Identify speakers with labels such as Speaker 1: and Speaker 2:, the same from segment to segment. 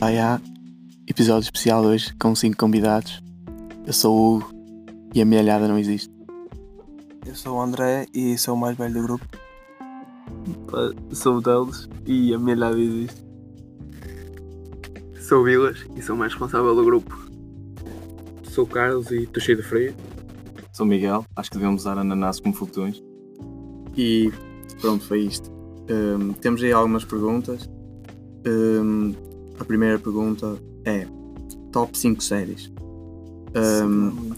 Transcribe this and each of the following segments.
Speaker 1: Vai há episódio especial hoje com cinco convidados. Eu sou o Hugo e a minha olhada não existe.
Speaker 2: Eu sou o André e sou o mais velho do grupo.
Speaker 3: Sou o deles e a minha olhada existe. Sou o Vilas e sou o mais responsável do grupo. Sou o Carlos e estou cheio de frio.
Speaker 4: Sou Miguel, acho que devemos usar ananás como foguetões. E pronto, foi isto. Hum, temos aí algumas perguntas. Hum, a primeira pergunta é: Top 5 séries? Hum,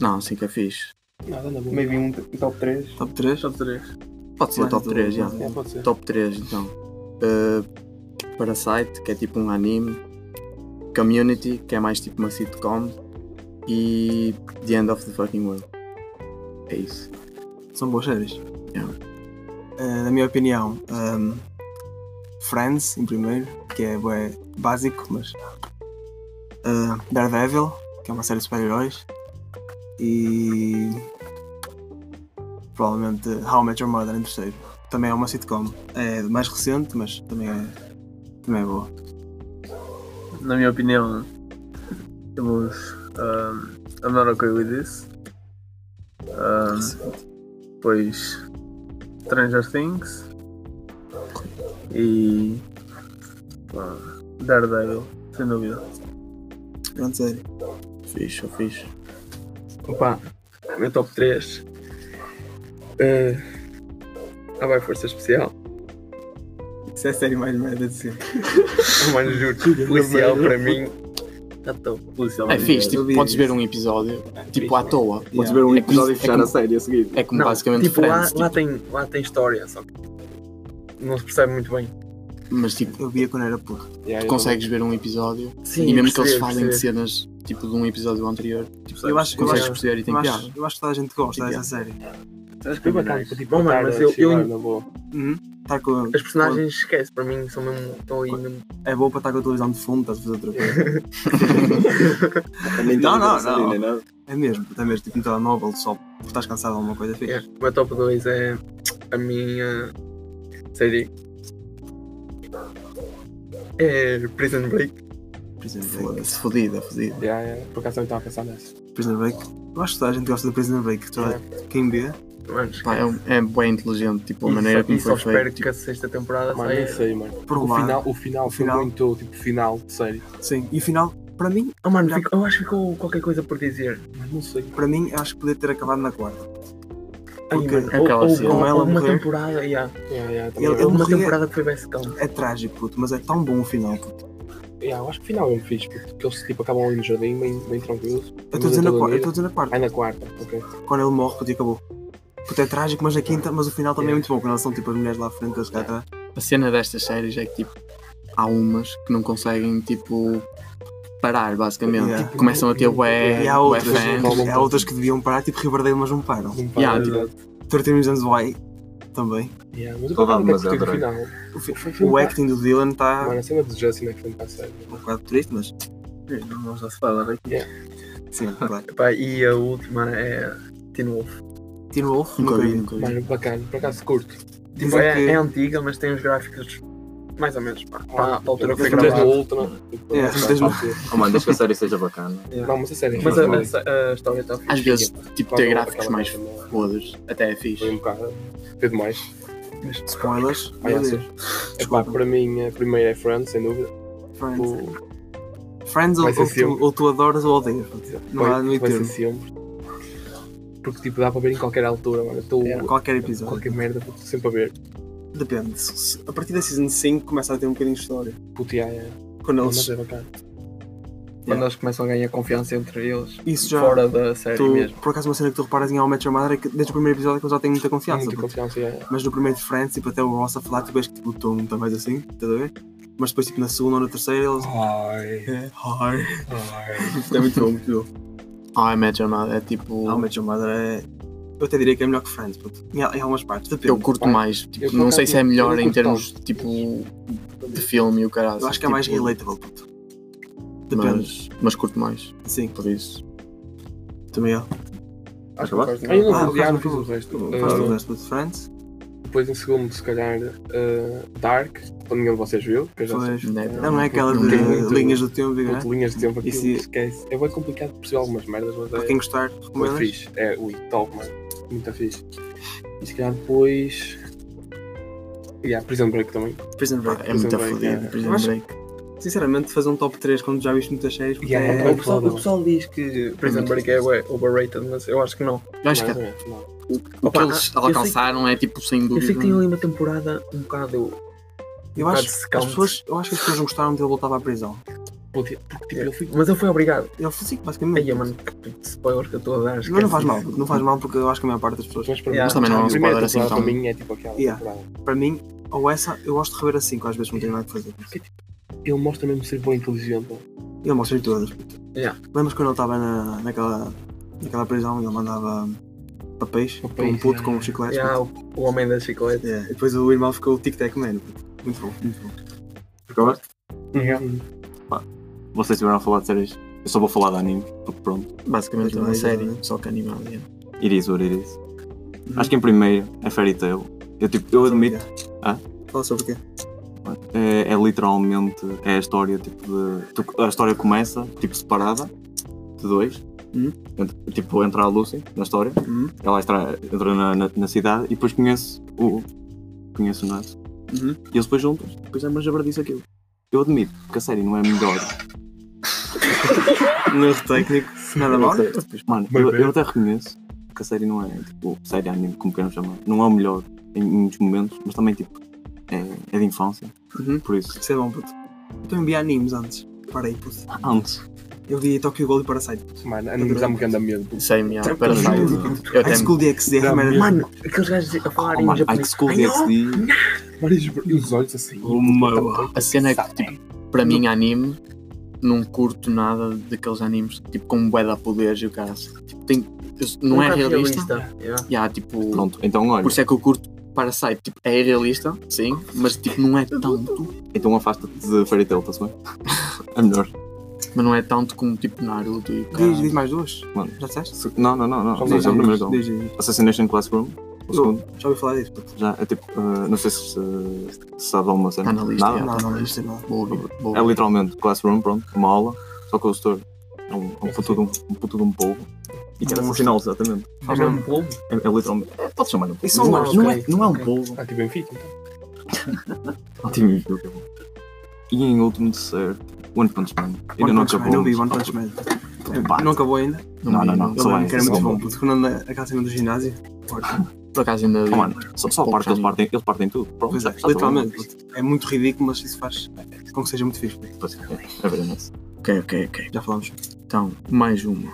Speaker 4: não, 5 é fixe.
Speaker 2: Nada, anda bom.
Speaker 3: Maybe um top 3.
Speaker 4: Top 3?
Speaker 3: Top 3.
Speaker 4: Pode ser
Speaker 3: Mais
Speaker 4: top
Speaker 3: um,
Speaker 4: 3, já.
Speaker 3: mais
Speaker 2: É, pode ser.
Speaker 4: Top 3, então. Uh, Parasite, que é tipo um anime. Community, que é mais tipo uma sitcom. E The End of the Fucking World. É isso.
Speaker 3: São boas séries.
Speaker 2: Eh, na minha opinião, ehm, Friends, em primeiro, que é bué básico, mas. eh, Daredevil, que é uma série de super-heróis. E. Provavelmente How I Met Your Mother, em terceiro. Também é uma sitcom. É mais recente, mas também é. Também é boa.
Speaker 3: Na minha opinião, temos um, I'm Not Okay With This. Um, depois Stranger Things e pá, Daredevil, sem dúvida.
Speaker 2: Grande série.
Speaker 4: Fixe, ou fixe.
Speaker 5: Opa, meu top 3. Uh, ah, vai, Força Especial.
Speaker 2: Isso é a série mais merda de sempre.
Speaker 5: Mano, juro,
Speaker 2: é
Speaker 5: policial para mim.
Speaker 3: Tá top. Policial
Speaker 4: É fixe,
Speaker 3: Brasileiro.
Speaker 4: tipo,
Speaker 2: vi
Speaker 4: podes
Speaker 2: isso. É
Speaker 4: ver um episódio, tipo, à toa.
Speaker 2: Yeah.
Speaker 4: ver um
Speaker 5: episódio e fechar
Speaker 4: é
Speaker 5: a
Speaker 4: série a seguir. É como
Speaker 5: Não,
Speaker 4: basicamente
Speaker 5: tipo, lá,
Speaker 4: Friends,
Speaker 5: lá,
Speaker 4: tipo,
Speaker 5: tem, lá tem história, só que não se percebe muito bem.
Speaker 4: mas tipo,
Speaker 2: Eu via quando era puto.
Speaker 4: tu consegues ver um episódio
Speaker 5: Sim,
Speaker 4: e mesmo que eles
Speaker 5: percebi,
Speaker 4: falem de
Speaker 5: percebi.
Speaker 4: cenas tipo de um episódio anterior, tipo,
Speaker 2: Eu acho- eu
Speaker 4: consegues
Speaker 2: acho-
Speaker 4: perceber e tem
Speaker 2: Eu
Speaker 4: piada.
Speaker 2: acho, eu acho que toda a gente gosta
Speaker 4: Tem
Speaker 2: dessa série.
Speaker 6: Acho que foi bacana, tipo, tipo,
Speaker 5: assim. Bom, mano,
Speaker 6: tarde
Speaker 5: mas
Speaker 6: a
Speaker 5: eu-
Speaker 6: chilar
Speaker 5: eu-
Speaker 6: na boa.
Speaker 2: Estar Tá com,
Speaker 5: As personagens, esquece, para mim, são mesmo. Estão aí mesmo.
Speaker 2: é boa para estar com a televisão de fundo, estás a fazer outra coisa.
Speaker 6: Nem
Speaker 2: Não,
Speaker 6: tava
Speaker 2: não,
Speaker 6: a série,
Speaker 2: não.
Speaker 6: nem nada.
Speaker 2: É mesmo, até mesmo tipo no telemóvel, só porque estás cansado de alguma coisa fixe.
Speaker 5: Yeah. O meu top 2 é a minha série. É Prison Break.
Speaker 2: Prison Break.
Speaker 4: Foda-se,
Speaker 2: é
Speaker 4: fodida, fodida.
Speaker 6: Yeah, yeah. Por acaso eu estava a pensar nessa.
Speaker 2: Prison Break. Eu acho que toda a gente gosta do Prison Break. Toda... Quem vê,
Speaker 5: Mano,
Speaker 4: Pá, é, um- é bem inteligente, tipo, a
Speaker 5: E
Speaker 4: maneira
Speaker 5: só, e
Speaker 4: como
Speaker 5: só
Speaker 4: foi
Speaker 5: espero
Speaker 4: feito. tipo,
Speaker 5: que a sexta temporada
Speaker 6: Mano, nem
Speaker 5: saia.
Speaker 6: sei, mano.
Speaker 2: por
Speaker 6: O
Speaker 2: um lado.
Speaker 6: final, o final foi
Speaker 2: Final.
Speaker 6: muito, tipo, final de série.
Speaker 2: Sim, e o final, para mim,
Speaker 5: Oh, mano, fico- eu acho que ficou qualquer coisa por dizer.
Speaker 6: Mas não sei.
Speaker 2: para mim, acho que podia ter acabado na quarta.
Speaker 5: Ai,
Speaker 2: Porque
Speaker 5: mano,
Speaker 4: aquela
Speaker 5: ou, ou,
Speaker 4: cena.
Speaker 5: ou
Speaker 2: Ela
Speaker 5: uma
Speaker 2: morrer.
Speaker 5: temporada, yeah.
Speaker 6: Yeah, yeah, também
Speaker 2: Ele-
Speaker 6: eu-
Speaker 5: Ou uma
Speaker 2: morria.
Speaker 5: temporada que foi best calm.
Speaker 2: É trágico, puto, mas é tão bom o final. puto.
Speaker 6: yeah, eu acho que o final é um fixe, porque eles tipo, acabam ali no jardim, bem, bem tranquilos.
Speaker 2: Eu estou dizendo a quarta, eu
Speaker 6: maneira.
Speaker 2: estou dizendo a quarta.
Speaker 6: Ai, na quarta, ok.
Speaker 2: Quando ele morre, puto, e acabou. Puto, é trágico, mas na quinta, mas o final também é muito bom, quando elas são tipo as mulheres lá à frente, eles cá tá? atrás.
Speaker 4: A cena destas séries é que, tipo, há umas que não conseguem, tipo, parar, basicamente.
Speaker 2: Yeah.
Speaker 4: Tipo, começam a ter
Speaker 6: É,
Speaker 4: bué,
Speaker 2: E há
Speaker 4: bué
Speaker 2: outras,
Speaker 4: fãs.
Speaker 2: há outras que deviam parar, tipo Riverdale, mas não param.
Speaker 6: Não me
Speaker 4: Yeah,
Speaker 6: fala
Speaker 4: tipo,
Speaker 6: nada.
Speaker 2: Thirteen Reasons Why, também.
Speaker 6: tá Yeah, mas eu
Speaker 4: Tô
Speaker 6: estava até
Speaker 4: dando, mas é
Speaker 6: curtindo o
Speaker 4: droga.
Speaker 6: tipo, final.
Speaker 2: O fi-
Speaker 6: Foi- foi um
Speaker 2: O
Speaker 6: bocado-
Speaker 2: acting do Dylan está
Speaker 6: Mano, a cena de Justin é que foi um bocado sério.
Speaker 2: um bocado triste, mas
Speaker 5: Não vamos já se né? falar aqui.
Speaker 2: sim, claro.
Speaker 5: Epá, e a última é Teen Wolf.
Speaker 2: Teen Wolf,
Speaker 4: Nunca
Speaker 2: nunca
Speaker 4: vi,
Speaker 2: vi.
Speaker 4: nunca vi.
Speaker 6: Mano, bacana, por acaso curto.
Speaker 5: Tipo,
Speaker 2: Dizem
Speaker 5: é,
Speaker 2: que-
Speaker 5: é antiga, mas tem os gráficos mais ou menos. Pá,
Speaker 6: Ah,
Speaker 5: para, para a altura que foi
Speaker 6: Tens do
Speaker 5: gravado.
Speaker 6: Ultron.
Speaker 2: É, tens no-
Speaker 4: Oh, mano, deixa que a série seja bacana.
Speaker 6: Não, mas é a série.
Speaker 5: Mas a, a- a história tá está
Speaker 4: Às vezes, tipo, ter
Speaker 6: Aquela-
Speaker 4: gráficos
Speaker 6: aquela
Speaker 4: mais
Speaker 6: coisa, não é?
Speaker 4: fodas até é fixe.
Speaker 6: Foi um bocado. Foi demais.
Speaker 2: Spoilers.
Speaker 6: Vai
Speaker 2: Meu
Speaker 6: ser.
Speaker 2: Deus.
Speaker 6: Epá,
Speaker 2: Desculpa.
Speaker 6: É para mim, a primeira é Friends, sem dúvida. Tipo,
Speaker 2: Friends. é
Speaker 6: O-
Speaker 2: Friends ou,
Speaker 6: Vai ser
Speaker 2: ou tu,
Speaker 6: sempre.
Speaker 2: ou tu adoras ou odeias. Não
Speaker 6: vai,
Speaker 2: há meio
Speaker 6: vai ser
Speaker 2: termo.
Speaker 6: sempre. Porque tipo, dá para ver em qualquer altura, mano. Estou
Speaker 2: Qualquer episódio.
Speaker 6: qualquer merda, estou sempre a ver.
Speaker 2: Depende. Se- se- A partir da Season 5 começa a ter um bocadinho de história.
Speaker 6: Putear, é.
Speaker 2: Quando
Speaker 6: Mas
Speaker 2: eles...
Speaker 6: é bacana.
Speaker 5: Quando
Speaker 4: é.
Speaker 5: eles começam a ganhar confiança entre eles,
Speaker 6: é
Speaker 2: Isso já...
Speaker 5: fora da série
Speaker 2: tu-
Speaker 5: mesmo.
Speaker 2: por acaso uma cena que tu reparas em All Match Your Mother é que desde o primeiro episódio que eles já têm muita
Speaker 6: Tenho
Speaker 2: confiança.
Speaker 6: muita
Speaker 2: puto.
Speaker 6: confiança, é.
Speaker 2: Mas no primeiro de Friends, tipo, até o Ross a falar, tu vês que tipo, o tom está mais assim, estás a ver? Mas depois tipo na segunda ou na terceira eles...
Speaker 6: Ai,
Speaker 2: É, hi.
Speaker 6: ai.
Speaker 2: Isto é muito bom, muito bom. Ah,
Speaker 4: Ah, I Met Your Mother é tipo...
Speaker 2: All Match Your Mother é... Eu até diria que é melhor que Friends, puto. Em, em algumas partes, depende.
Speaker 4: Eu curto mais, tipo,
Speaker 6: Eu, por
Speaker 4: não sei
Speaker 6: acaso,
Speaker 4: se é
Speaker 6: eu
Speaker 4: melhor
Speaker 6: não
Speaker 4: em
Speaker 6: curto
Speaker 4: termos tipo de filme e o caralho.
Speaker 2: Eu acho que é mais
Speaker 4: tipo,
Speaker 2: relatable, puto. Depende.
Speaker 4: mas, mas curto mais,
Speaker 2: Sim,
Speaker 4: por isso.
Speaker 2: também eu.
Speaker 6: Acho que eu não
Speaker 2: Ah,
Speaker 6: curto, já não
Speaker 2: faz-
Speaker 6: fiz Ah, o resto.
Speaker 2: Faz
Speaker 6: Ah,
Speaker 2: tudo o resto de Friends.
Speaker 6: O depois em segundo, se calhar, eh, Dark, quando nenhum de vocês viu, que eu já sei.
Speaker 2: Pois,
Speaker 7: Não é?
Speaker 2: não, não é aquela
Speaker 6: Não
Speaker 2: de
Speaker 6: tem muito-
Speaker 2: linhas do tempo, digo,
Speaker 6: Muito
Speaker 2: né?
Speaker 6: linhas de tempo aqui,
Speaker 2: Isso-
Speaker 6: esquece. É bem complicado por si algumas merdas, mas é.
Speaker 2: Para quem gostar,
Speaker 6: Foi
Speaker 2: recomendas?
Speaker 6: fixe. É, ui, top, mano. Muito fixe. E se calhar depois. Yeah, Prison Break também.
Speaker 7: Prison Break.
Speaker 4: É muito
Speaker 6: Break,
Speaker 4: fodido.
Speaker 6: é.
Speaker 7: Prison
Speaker 2: Mas-
Speaker 7: Break.
Speaker 2: Sinceramente, fazer um top 3 quando já viste muitas séries, porque
Speaker 6: Yeah,
Speaker 2: é-
Speaker 6: é.
Speaker 5: o, pessoal, o pessoal diz que Prison
Speaker 7: muito
Speaker 5: Break é ué, overrated, mas eu acho que não.
Speaker 4: é.
Speaker 7: Eu acho que
Speaker 6: Mais ou menos, não.
Speaker 7: o que
Speaker 5: Opa,
Speaker 7: eles
Speaker 5: eu sei que-
Speaker 7: alcançaram é tipo sem
Speaker 5: Eu
Speaker 7: dúvida.
Speaker 5: sei que tem ali uma temporada um bocado.
Speaker 2: eu,
Speaker 5: um
Speaker 2: acho,
Speaker 5: bocado
Speaker 2: as
Speaker 5: secante.
Speaker 2: pessoas, eu acho que as pessoas não gostaram de ele voltar para a prisão.
Speaker 6: Porque, porque, tipo,
Speaker 5: É.
Speaker 6: ele foi.
Speaker 5: Mas ele foi obrigado.
Speaker 2: Ele foi assim, basicamente.
Speaker 5: Aí, mano, que spoiler que eu estou a dar.
Speaker 2: Mas não
Speaker 5: esquece
Speaker 2: faz mal,
Speaker 5: isso.
Speaker 2: não faz mal porque eu acho que a maior parte das pessoas.
Speaker 6: Mas para
Speaker 5: Yeah.
Speaker 6: mim,
Speaker 7: também não é um
Speaker 6: a primeira
Speaker 7: spoiler assim
Speaker 6: temporada
Speaker 7: tão-
Speaker 6: para mim é tipo aquela
Speaker 2: Yeah.
Speaker 6: temporada.
Speaker 2: Para mim, ou essa, eu gosto de rever assim, que às vezes não tenho nada que fazer.
Speaker 6: Ele mostra mesmo ser bom e inteligente.
Speaker 2: Ele mostra-lhe todas.
Speaker 5: Yeah.
Speaker 2: Lembras quando ele estava na, naquela, naquela prisão e ele mandava papéis para um
Speaker 6: Papéis,
Speaker 2: puto
Speaker 6: yeah.
Speaker 2: com um chiclete?
Speaker 5: Yeah, o, é o homem da chiclete.
Speaker 2: puto. Yeah. E depois o irmão ficou o tic-tac man. puto. Muito bom, muito bom. Agora,
Speaker 7: Vocês tiveram a falar de séries. Eu só vou falar de anime, porque pronto. Basicamente é uma
Speaker 2: Pois não é,
Speaker 7: série,
Speaker 2: exatamente.
Speaker 7: só que animal. It is what it is.
Speaker 2: Uhum.
Speaker 7: Acho que em primeiro é Fairy Tail. Eu, tipo, eu admito, Ah?
Speaker 2: Fala sobre o quê?
Speaker 7: é, é literalmente é a história tipo de. tu- a história começa tipo separada de dois.
Speaker 2: Uhum.
Speaker 7: Ent- tipo, entra a Lucy na história.
Speaker 2: Uhum.
Speaker 7: Ela entra, entra na, na, na cidade e depois conhece o. Conhece o Nuts.
Speaker 2: Uhum.
Speaker 7: E eles depois juntos. Depois é uma jabardice aquilo. Eu admito que a série não é melhor.
Speaker 2: Um erro técnico, nada mal.
Speaker 7: Mano,
Speaker 6: Bem,
Speaker 7: eu,
Speaker 6: bem.
Speaker 7: eu até reconheço que a série não é, tipo, série anime, como queiram chamar, não é o melhor em muitos momentos, mas também, tipo, é, é de infância,
Speaker 2: Uhum.
Speaker 7: por isso.
Speaker 2: Isso é bom, puto. Eu também vi animes antes. Para aí, puto.
Speaker 7: Antes,
Speaker 2: Eu vi Tokyo Ghoul e Parasite.
Speaker 6: Mano, andamos a me grande medo.
Speaker 4: Sei, minha.
Speaker 5: Tranquilo.
Speaker 7: Tá
Speaker 4: Para sair.
Speaker 7: Ah,
Speaker 4: Eu até
Speaker 2: High School DxD,
Speaker 6: Dá
Speaker 2: a merda.
Speaker 6: mesmo.
Speaker 5: Mano, aqueles gajos a falar
Speaker 7: oh,
Speaker 5: em
Speaker 7: mano, High
Speaker 5: japonês.
Speaker 7: School
Speaker 5: Ai, ó,
Speaker 7: DxD,
Speaker 6: Vários, e os olhos assim.
Speaker 7: o meu...
Speaker 4: A cena é que, tipo, para mim, anime, não curto nada daqueles animes, tipo, com bué da poderes e o cara. Tipo, tem, não é
Speaker 5: nunca vi
Speaker 4: realista.
Speaker 5: a lista. Yeah.
Speaker 4: Yeah, tipo,
Speaker 7: Pronto, então olha,
Speaker 4: por isso é que eu curto Parasite. Tipo, é realista, sim, mas tipo, não é tanto.
Speaker 7: então afasta-te de Fairy Tail, está-se bem? é melhor.
Speaker 4: Mas não é tanto como tipo Naruto e o cara.
Speaker 2: Diz, diz mais duas.
Speaker 7: Mano.
Speaker 2: Já disseste?
Speaker 7: Se- Não, não, não, não,
Speaker 6: Só
Speaker 7: não, já é o primeiro então.
Speaker 2: Diz, diz, diz.
Speaker 7: Assassination Classroom, o segundo,
Speaker 2: Já ouvi falar disso, puto.
Speaker 7: já é tipo, eh, não sei se, se sabe alguma cena.
Speaker 4: Tá na lista,
Speaker 7: Nada?
Speaker 4: é.
Speaker 2: Não, não, isto é nada.
Speaker 4: Vou ouvir, vou
Speaker 7: É
Speaker 4: ouvir.
Speaker 7: literalmente classroom, pronto, uma aula, só que o setor é um, é um puto de um, um puto de um povo e tem um sinal, exatamente.
Speaker 5: Mas é um povo.
Speaker 7: É, é literalmente. é, Podes chamar um povo.
Speaker 2: Isso é um
Speaker 7: não,
Speaker 5: anjo,
Speaker 7: não,
Speaker 5: ok.
Speaker 7: é, não é um
Speaker 5: Ok.
Speaker 7: povo.
Speaker 6: Ah, tipo em fita, então.
Speaker 7: Não tinha visto o que é bom. E em último terceiro, One Punch Man.
Speaker 2: One
Speaker 7: Ainda não
Speaker 2: Punch Man,
Speaker 7: acabou.
Speaker 2: Não vi One Punch Man.
Speaker 7: Pá,
Speaker 2: Não acabou ainda.
Speaker 7: Não, não, não.
Speaker 2: Eu
Speaker 7: Só
Speaker 2: lembro
Speaker 7: vai,
Speaker 2: que era
Speaker 7: só
Speaker 2: muito
Speaker 7: vai.
Speaker 2: bom. puto. Quando anda aquela cena do ginásio. Porra,
Speaker 4: Por acaso ainda vi.
Speaker 7: Oh, mano, só, só a parte que eles partem, eles partem tudo. Pronto,
Speaker 2: Pois
Speaker 7: já-
Speaker 2: é,
Speaker 7: já tá bom.
Speaker 2: literalmente. puto. É muito ridículo, mas isso faz com que seja muito fixe. puto.
Speaker 7: Pois é, é verdade.
Speaker 4: Ok, ok, ok.
Speaker 2: Já falamos.
Speaker 4: Então, mais uma.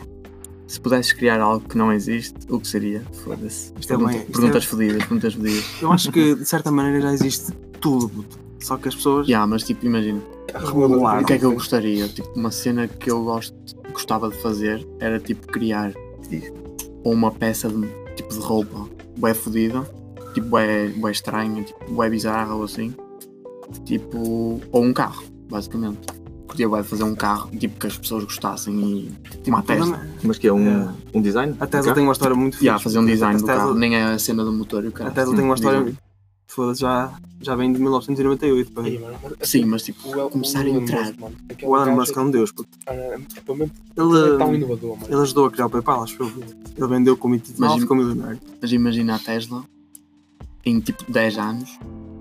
Speaker 4: Se pudesses criar algo que não existe, o que seria? Foda-se.
Speaker 2: Isto é
Speaker 4: Pergunta-
Speaker 2: bem- isto é-
Speaker 4: Perguntas fodidas, perguntas fodidas.
Speaker 2: Eu acho que de certa maneira já existe tudo, puto. Só que as pessoas
Speaker 4: Yeah, mas tipo, imagina.
Speaker 2: remodelar.
Speaker 4: O que é que eu gostaria? Tipo, uma cena que eu gosto, gostava de fazer era tipo criar ou uma peça de, tipo de roupa bué fodida, tipo bué, bué estranha, tipo bué bizarra ou assim. Tipo, ou um carro, basicamente. Podia bué de fazer um carro tipo que as pessoas gostassem e tipo, uma Tesla.
Speaker 7: Mas que é um,
Speaker 2: É.
Speaker 7: um design?
Speaker 2: A Tesla tem uma história muito fixe.
Speaker 4: Yeah, fazer um design do
Speaker 2: a Tesla,
Speaker 4: carro, nem é a cena do motor e o
Speaker 2: A
Speaker 4: carro.
Speaker 2: Tesla tem uma história.
Speaker 4: Design.
Speaker 2: Foda-se, já, já vem de 1998. pá.
Speaker 6: Aí, mano, mas-
Speaker 4: Sim, mas tipo,
Speaker 6: o El-
Speaker 4: começar a
Speaker 6: o Elon
Speaker 4: entrar.
Speaker 6: Musk, mano. Aquele
Speaker 2: O Ah, Elon
Speaker 6: gajo
Speaker 2: Musk é um deus, puto.
Speaker 6: era- tipo, mesmo- é tão
Speaker 2: Ele,
Speaker 6: inovador, mano.
Speaker 2: ele ajudou a criar o PayPal, acho eu. Ele vendeu com 29
Speaker 4: Mas-
Speaker 2: e ficou milionário.
Speaker 4: Mas imagina a Tesla, em tipo 10 anos,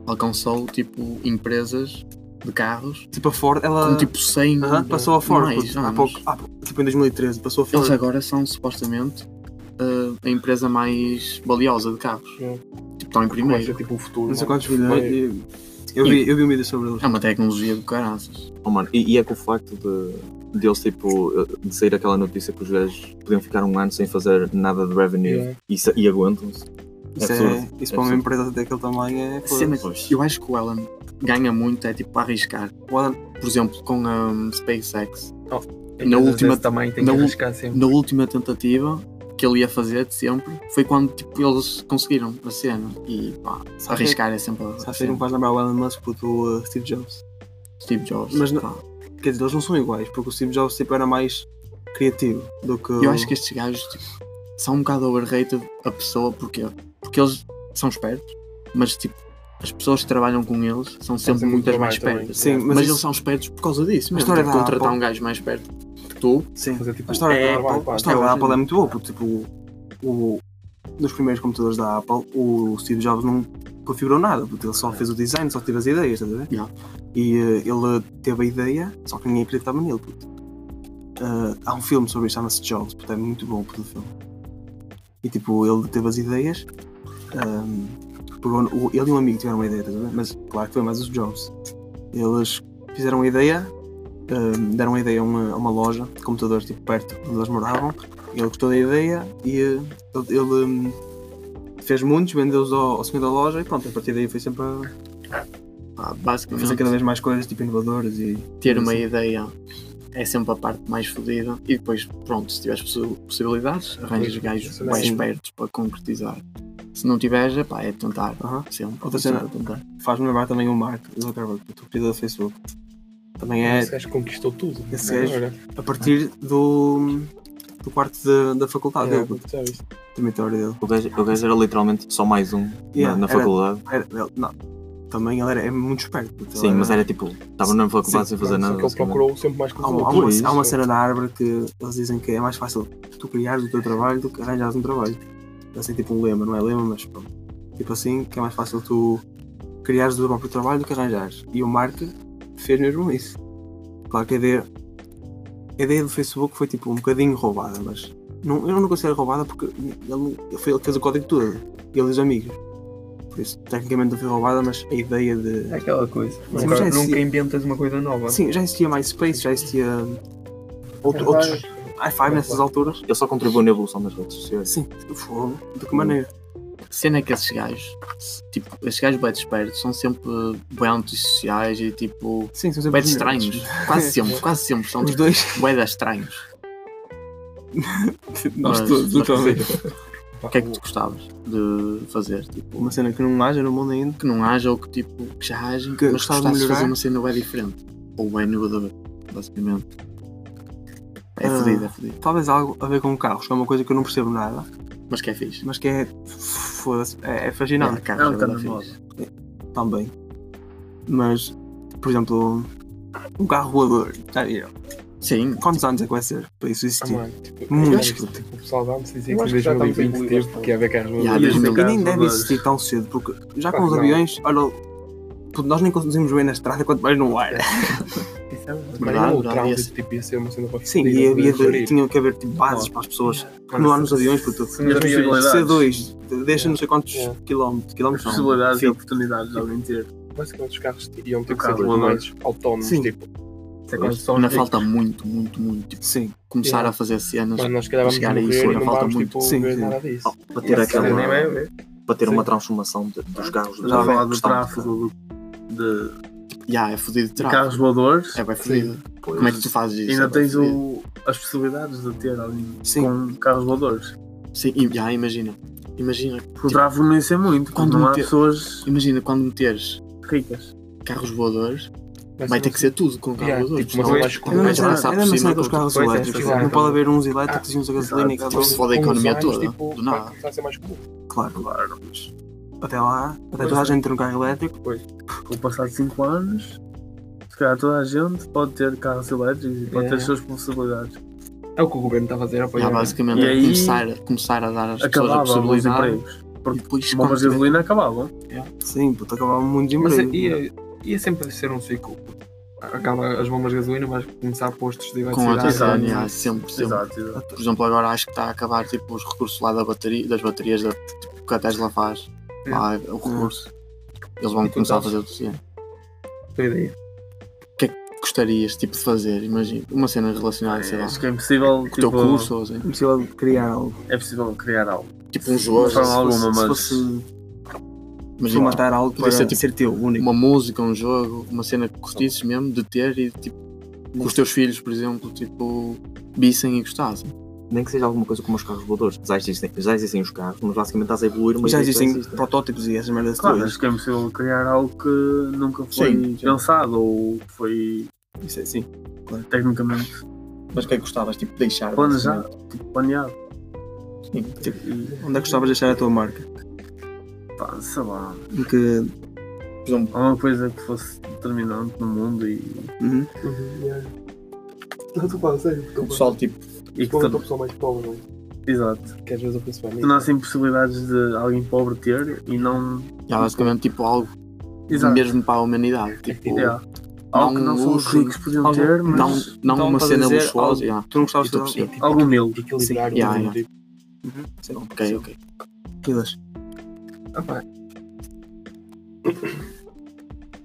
Speaker 4: alcançou tipo empresas de carros
Speaker 2: Tipo, a Ford, ela
Speaker 4: com tipo é 100.
Speaker 2: Aham, passou a Ford
Speaker 4: mais
Speaker 2: puto, há
Speaker 4: anos.
Speaker 2: pouco. há pouco, tipo, em 2013, passou a Ford.
Speaker 4: Eles agora são supostamente ah, a empresa mais valiosa de carros.
Speaker 6: Sim.
Speaker 4: Tipo, estão em
Speaker 6: Vai ser
Speaker 4: primeiro.
Speaker 6: tipo o futuro.
Speaker 2: Não sei
Speaker 6: mano.
Speaker 2: quantos é. milhões.
Speaker 6: Vai-
Speaker 2: e- Eu vi, eu vi um vídeo sobre eles.
Speaker 4: É uma tecnologia do caraças.
Speaker 7: Oh, mano, e, e é que o facto de, de eles, tipo, de sair aquela notícia que os gajos podiam ficar um ano sem fazer nada de revenue
Speaker 6: Yeah.
Speaker 7: e, sa- e aguentam-se.
Speaker 2: Isso,
Speaker 7: absurdo,
Speaker 2: é, isso para uma
Speaker 7: absurdo.
Speaker 2: empresa daquele tamanho é.
Speaker 4: A cena que
Speaker 7: Pois.
Speaker 4: eu acho que o Elon ganha muito é tipo a arriscar.
Speaker 2: O Elon-
Speaker 4: Por exemplo, com a hum, SpaceX.
Speaker 5: Empresas
Speaker 4: última-
Speaker 5: desse tamanho tem que
Speaker 4: na ul-
Speaker 5: arriscar sempre.
Speaker 4: Na última tentativa que ele ia fazer de sempre, foi quando tipo, eles conseguiram a cena. E pá,
Speaker 2: sabe um que-
Speaker 4: arriscar é sempre a
Speaker 2: Sabes que não faz lembrar o Elon Musk puto, o uh, Steve Jobs.
Speaker 4: Steve Jobs.
Speaker 2: Mas não-
Speaker 4: pá.
Speaker 2: Quer dizer, eles não são iguais, porque o Steve Jobs tipo, era mais criativo do que.
Speaker 4: Eu acho que estes gajos tipo, são um bocado overrated a pessoa porque, porque eles são espertos, mas tipo, as pessoas que trabalham com eles são sempre
Speaker 6: muito
Speaker 4: muitas
Speaker 6: trabalho
Speaker 4: mais
Speaker 6: também.
Speaker 4: espertas.
Speaker 2: Sim,
Speaker 4: Mas,
Speaker 2: então, mas,
Speaker 4: eles
Speaker 2: isso,
Speaker 4: são espertos por causa disso. Mesmo.
Speaker 2: história
Speaker 4: Tipo,
Speaker 2: da
Speaker 4: contratar
Speaker 2: Apple-
Speaker 4: um gajo mais perto que tu,
Speaker 2: sim.
Speaker 6: Fazer tipo.
Speaker 2: A história
Speaker 6: é,
Speaker 2: da Apple, a história da Apple é muito boa, porque tipo, o, nos primeiros computadores da Apple, o Steve Jobs não configurou nada, porque ele só fez o design, só teve as ideias, estás a ver?
Speaker 4: Yeah.
Speaker 2: E eh, ele teve a ideia, só que ninguém acreditava nele. puto. Eh, há um filme sobre isso, chama-se Jobs, puto, é muito bom puto, o filme. E tipo, ele teve as ideias, ehm, pegou no- o- ele e um amigo tiveram uma ideia, estás a ver? Mas claro que foi mais os Jobs. Eles fizeram uma ideia, ehm, deram a ideia a uma, a uma loja de computadores tipo, perto de onde eles moravam. Ele gostou da ideia e eh, ele, ele, ehm, fez muitos, vendeu-os ao, ao senhor da loja e pronto, a partir daí foi sempre a
Speaker 4: ah,
Speaker 2: fazer
Speaker 4: basicamente,
Speaker 2: cada vez mais coisas tipo inovadoras e.
Speaker 4: ter uma
Speaker 2: Sim.
Speaker 4: ideia é sempre a parte mais fodida. E depois, pronto, se tiveres possi- possibilidades, arranjas gajos
Speaker 6: Sim.
Speaker 4: mais espertos para concretizar. Se não tiveres, epá, é tentar.
Speaker 2: Aham.
Speaker 4: Sempre,
Speaker 2: Outra
Speaker 4: sempre
Speaker 2: cena.
Speaker 4: tentar.
Speaker 2: Faz-me lembrar também o Mark Zuckerberg, o teu do Facebook. Também é
Speaker 6: Esse gajo conquistou tudo.
Speaker 2: Esse
Speaker 6: né?
Speaker 2: gajo-
Speaker 6: Olha,
Speaker 2: a partir do, do quarto da- da faculdade
Speaker 6: é,
Speaker 2: dele,
Speaker 6: já viste.
Speaker 2: do dormitório dele.
Speaker 7: O gajo, o gajo era literalmente só mais um
Speaker 2: Yeah,
Speaker 7: na, na
Speaker 2: era-
Speaker 7: faculdade.
Speaker 2: Era- ele- não, também ele era, é muito esperto. puto, ele
Speaker 7: Sim,
Speaker 2: era-
Speaker 7: mas era tipo, estava na faculdade sem fazer
Speaker 6: Só
Speaker 7: nada. tipo,
Speaker 6: que ele
Speaker 7: basicamente.
Speaker 6: procurou sempre mais
Speaker 2: Há
Speaker 6: coisas.
Speaker 2: uma, há uma-
Speaker 7: Por isso.
Speaker 2: há uma cena da árvore que eles dizem que é mais fácil tu criares o teu trabalho do que arranjares um trabalho. Assim, tipo um lema, não é lema, mas pronto. Tipo assim, que é mais fácil tu criares o teu próprio trabalho do que arranjares. E o Mark fez mesmo isso. Claro que a ideia, a ideia do Facebook foi tipo um bocadinho roubada, mas não, eu não considero roubada porque ele, ele foi- ele fez o código todo, ele e os amigos. Por isso, tecnicamente não foi roubada, mas a ideia de.
Speaker 5: É aquela coisa.
Speaker 2: mas
Speaker 5: nunca,
Speaker 2: já existia-
Speaker 5: nunca inventas uma coisa nova.
Speaker 2: Sim, já existia MySpace, já existia
Speaker 6: É
Speaker 2: outro- outros i5 nessas alturas.
Speaker 7: Ele só contribuiu na evolução das redes sociais.
Speaker 2: Sim, fogo. De que maneira?
Speaker 4: A cena é que esses gajos, se- tipo, esses gajos bem espertos são sempre bem antissociais e tipo.
Speaker 2: Sim, são sempre
Speaker 4: Bué de
Speaker 2: os
Speaker 4: estranhos,
Speaker 2: melhores.
Speaker 4: quase sempre, quase sempre são
Speaker 2: Os
Speaker 4: tipo
Speaker 2: dois.
Speaker 4: bué de estranhos. Mas-
Speaker 2: Nós todos,
Speaker 4: mas
Speaker 2: literalmente.
Speaker 4: O que é que tu gostavas de fazer? Tipo,
Speaker 2: Uma cena que não haja no mundo ainda.
Speaker 4: que não haja ou que tipo que já hajam,
Speaker 2: Que
Speaker 4: mas
Speaker 2: gostavas de
Speaker 4: gostasses de fazer
Speaker 2: melhorar?
Speaker 4: uma cena bem diferente. Ou bem inovadora, basicamente. É
Speaker 2: Ah.
Speaker 4: fodido, é fodido.
Speaker 2: Talvez algo a ver com carros, que é uma coisa que eu não percebo nada,
Speaker 4: Mas que é fixe.
Speaker 2: mas que é. Foda-se. É, é fascinante.
Speaker 4: Não, carros
Speaker 5: não,
Speaker 4: é
Speaker 5: tá
Speaker 4: bué da
Speaker 5: na
Speaker 4: fixe.
Speaker 2: Também. Mas, por exemplo, um carro voador. Já ia.
Speaker 4: Sim,
Speaker 2: Quantos anos é que vai ser para isso
Speaker 6: Ah,
Speaker 2: existir?
Speaker 6: mano, tipo,
Speaker 2: Muitos.
Speaker 6: eu acho que, tipo, o pessoal da antes dizia
Speaker 5: Eu
Speaker 6: que em
Speaker 5: acho que já estamos
Speaker 6: 2020
Speaker 5: evoluídos
Speaker 6: teve que ia haver carros
Speaker 4: Yeah,
Speaker 6: voadores.
Speaker 2: E
Speaker 4: mesmo
Speaker 2: nem
Speaker 5: caso,
Speaker 2: deve
Speaker 5: mas-
Speaker 2: existir tão cedo, porque já com
Speaker 6: Claro
Speaker 2: os
Speaker 6: que não.
Speaker 2: aviões, olha, puto, nós nem conduzimos bem na estrada, quanto mais no
Speaker 5: É.
Speaker 2: ar.
Speaker 6: Mas
Speaker 4: Verdade,
Speaker 6: não, o
Speaker 4: verdade, esse-
Speaker 6: trânsito tipo, ia ser uma cena para
Speaker 2: Sim, e havia de, tinha que haver tipo, bases para as pessoas que não há nos aviões, porque
Speaker 5: Sim, as possibilidades.
Speaker 2: C2 deixa não sei quantos
Speaker 6: Yeah.
Speaker 2: quilómetros,
Speaker 5: As
Speaker 2: quilómetros não, tipo,
Speaker 5: possibilidades e
Speaker 2: fio.
Speaker 5: oportunidades de alguém ter.
Speaker 6: Basicamente os carros iam ter
Speaker 5: Do
Speaker 6: que ser
Speaker 5: carro,
Speaker 6: tipo,
Speaker 5: não é?
Speaker 6: mais autónomos,
Speaker 2: Sim.
Speaker 6: tipo.
Speaker 5: Isso é quando só
Speaker 4: ainda
Speaker 5: os
Speaker 4: falta muito, muito, muito. Tipo,
Speaker 2: Sim,
Speaker 4: começar
Speaker 6: Yeah.
Speaker 4: a fazer cenas.
Speaker 6: Mas nós se calhar vamos
Speaker 4: Chegar a isso
Speaker 6: morrer e
Speaker 4: ainda
Speaker 6: não
Speaker 4: falta
Speaker 6: vamos
Speaker 4: muito.
Speaker 6: tipo,
Speaker 2: Sim,
Speaker 6: ver
Speaker 2: sim.
Speaker 6: nada disso.
Speaker 7: Oh, para ter,
Speaker 5: ricos, nem vai
Speaker 7: aquela,
Speaker 5: haver.
Speaker 7: para ter uma
Speaker 6: Sim.
Speaker 7: transformação de- dos carros.
Speaker 2: Já
Speaker 7: da-
Speaker 2: vai
Speaker 7: da
Speaker 5: falar do
Speaker 7: questão.
Speaker 5: tráfego do-
Speaker 4: Yeah, é fodido de
Speaker 5: de, de
Speaker 4: tráfego.
Speaker 5: carros voadores.
Speaker 4: É bem fodido.
Speaker 7: Pois,
Speaker 4: Como é que tu fazes isso? É
Speaker 5: Ainda
Speaker 4: bué
Speaker 5: tens
Speaker 4: fodido.
Speaker 5: o, as possibilidades de ter alguém
Speaker 2: Sim.
Speaker 5: com carros voadores.
Speaker 4: Sim, e- já imagina. Imagina,
Speaker 5: Porque o tráfego não ia ser muito,
Speaker 4: Quando um
Speaker 5: quando não há
Speaker 4: meter-
Speaker 5: pessoas
Speaker 4: imagina quando meteres
Speaker 5: ricas.
Speaker 4: carros voadores,
Speaker 6: Mas
Speaker 4: vai
Speaker 6: não
Speaker 4: ter que
Speaker 6: sei.
Speaker 4: ser tudo com carros
Speaker 6: Yeah,
Speaker 4: voadores. é?
Speaker 6: tipo, mas
Speaker 4: senão-
Speaker 6: eu acho que-
Speaker 2: era uma
Speaker 4: Mas
Speaker 2: cena
Speaker 4: passa por
Speaker 2: era uma
Speaker 4: cima
Speaker 2: cena
Speaker 4: com
Speaker 2: com os carros
Speaker 5: coisas,
Speaker 2: elétricos, tipo,
Speaker 5: exato.
Speaker 2: não pode haver uns elétricos e uns a gasolina e
Speaker 5: é, exato.
Speaker 2: cada
Speaker 4: Tipo, se foda a
Speaker 6: Com uns
Speaker 4: economia
Speaker 6: anos,
Speaker 4: toda.
Speaker 6: tipo,
Speaker 4: do nada.
Speaker 6: vai começar a ser mais comum.
Speaker 2: Claro, claro. mas Até lá, até
Speaker 5: é.
Speaker 2: toda a gente ter um carro elétrico,
Speaker 5: Com o passar de 5 anos, se calhar toda a gente pode ter carros elétricos e
Speaker 4: É.
Speaker 5: pode ter as suas possibilidades.
Speaker 6: É o que o governo está a fazer,
Speaker 4: Já,
Speaker 6: apoiar.
Speaker 4: basicamente,
Speaker 5: E
Speaker 4: é
Speaker 5: aí-
Speaker 4: começar, começar a dar às pessoas a
Speaker 5: Acabavam os
Speaker 4: possibilidade
Speaker 5: empregos.
Speaker 4: e depois
Speaker 5: As bombas de
Speaker 4: quando tiver-
Speaker 5: gasolina acabavam.
Speaker 2: sim, puto, acabava muito de
Speaker 4: é
Speaker 6: Mas é,
Speaker 2: emprego.
Speaker 6: ia, ia sempre ser um ciclo. Acaba as bombas de gasolina, vais começar postos de
Speaker 4: com a
Speaker 6: eletricidade.
Speaker 4: Tesla,
Speaker 5: Exato.
Speaker 4: já, sempre, sempre.
Speaker 5: Exato, exato.
Speaker 4: Por exemplo, agora acho que está a acabar tipo, os recursos lá da bateria, das baterias da, tipo, que a Tesla faz. Lá, o recurso. Eles vão
Speaker 6: E tu
Speaker 4: começar a
Speaker 6: sabes?
Speaker 4: fazer o que
Speaker 6: Tua ideia.
Speaker 4: gostarias tipo, de fazer, imagina. Uma cena relacionada, sei lá,
Speaker 5: Acho que é impossível,
Speaker 4: com o teu
Speaker 5: tipo,
Speaker 4: curso, ou assim.
Speaker 2: Possível de criar algo.
Speaker 5: é possível criar algo.
Speaker 4: Tipo um jogo,
Speaker 5: De forma
Speaker 2: Se
Speaker 5: alguma,
Speaker 2: fosse- se
Speaker 5: mas
Speaker 2: fosse
Speaker 4: imagina.
Speaker 2: formatar algo
Speaker 4: Podia
Speaker 2: para
Speaker 6: é
Speaker 4: ser, tipo,
Speaker 2: ser teu, único.
Speaker 4: uma música, um jogo, uma cena que curtisses mesmo de ter e tipo que os teus filhos, por exemplo, tipo, vissem e gostassem.
Speaker 7: Nem que seja alguma coisa como os carros voadores. Já existem, já existem os carros, mas basicamente estás a evoluir uma
Speaker 2: Já
Speaker 7: ideia que
Speaker 2: existem
Speaker 6: assim.
Speaker 7: existe.
Speaker 2: protótipos e essas merdas
Speaker 5: claro,
Speaker 2: todas.
Speaker 5: acho que é impossível criar algo que nunca foi
Speaker 4: Sim, sim.
Speaker 5: pensado ou que foi
Speaker 2: Isso é sim.
Speaker 5: tecnicamente
Speaker 4: Mas o que é que gostavas? Tipo, deixar.
Speaker 5: planejado, tipo, planeado.
Speaker 2: Onde é que gostavas de deixar a tua marca?
Speaker 5: pá, sei lá,
Speaker 2: Em que.
Speaker 4: Por exemplo,
Speaker 5: alguma coisa que fosse determinante no mundo e,
Speaker 2: Uhum.
Speaker 6: Uhum, yeah. Não, estou a falar sério. Estou
Speaker 4: o
Speaker 6: a falar.
Speaker 4: pessoal tipo.
Speaker 5: e que
Speaker 6: Estou
Speaker 5: tam-
Speaker 6: a pessoa mais pobre, não é?
Speaker 5: exato,
Speaker 6: Que às vezes eu penso bem nisso.
Speaker 5: tornassem assim possibilidades de alguém pobre ter e não.
Speaker 4: É basicamente tipo algo
Speaker 5: Exato.
Speaker 4: mesmo para a humanidade. Tipo,
Speaker 5: yeah. Algo que não só os
Speaker 4: luxo,
Speaker 5: ricos podiam
Speaker 4: algo-
Speaker 5: ter, mas
Speaker 4: não, tipo, não
Speaker 2: Então,
Speaker 4: uma
Speaker 2: para
Speaker 4: cena
Speaker 2: dizer,
Speaker 4: luxuosa.
Speaker 2: algo-
Speaker 4: yeah.
Speaker 2: Tu não gostavas
Speaker 4: Estou a
Speaker 2: de
Speaker 4: perceber.
Speaker 5: algo humilde.
Speaker 6: Equilibrar
Speaker 4: Sim, yeah,
Speaker 6: o
Speaker 4: yeah.
Speaker 6: tipo.
Speaker 2: Uhum.
Speaker 4: Ok, ok.
Speaker 2: Pilas.
Speaker 6: Ah, pá,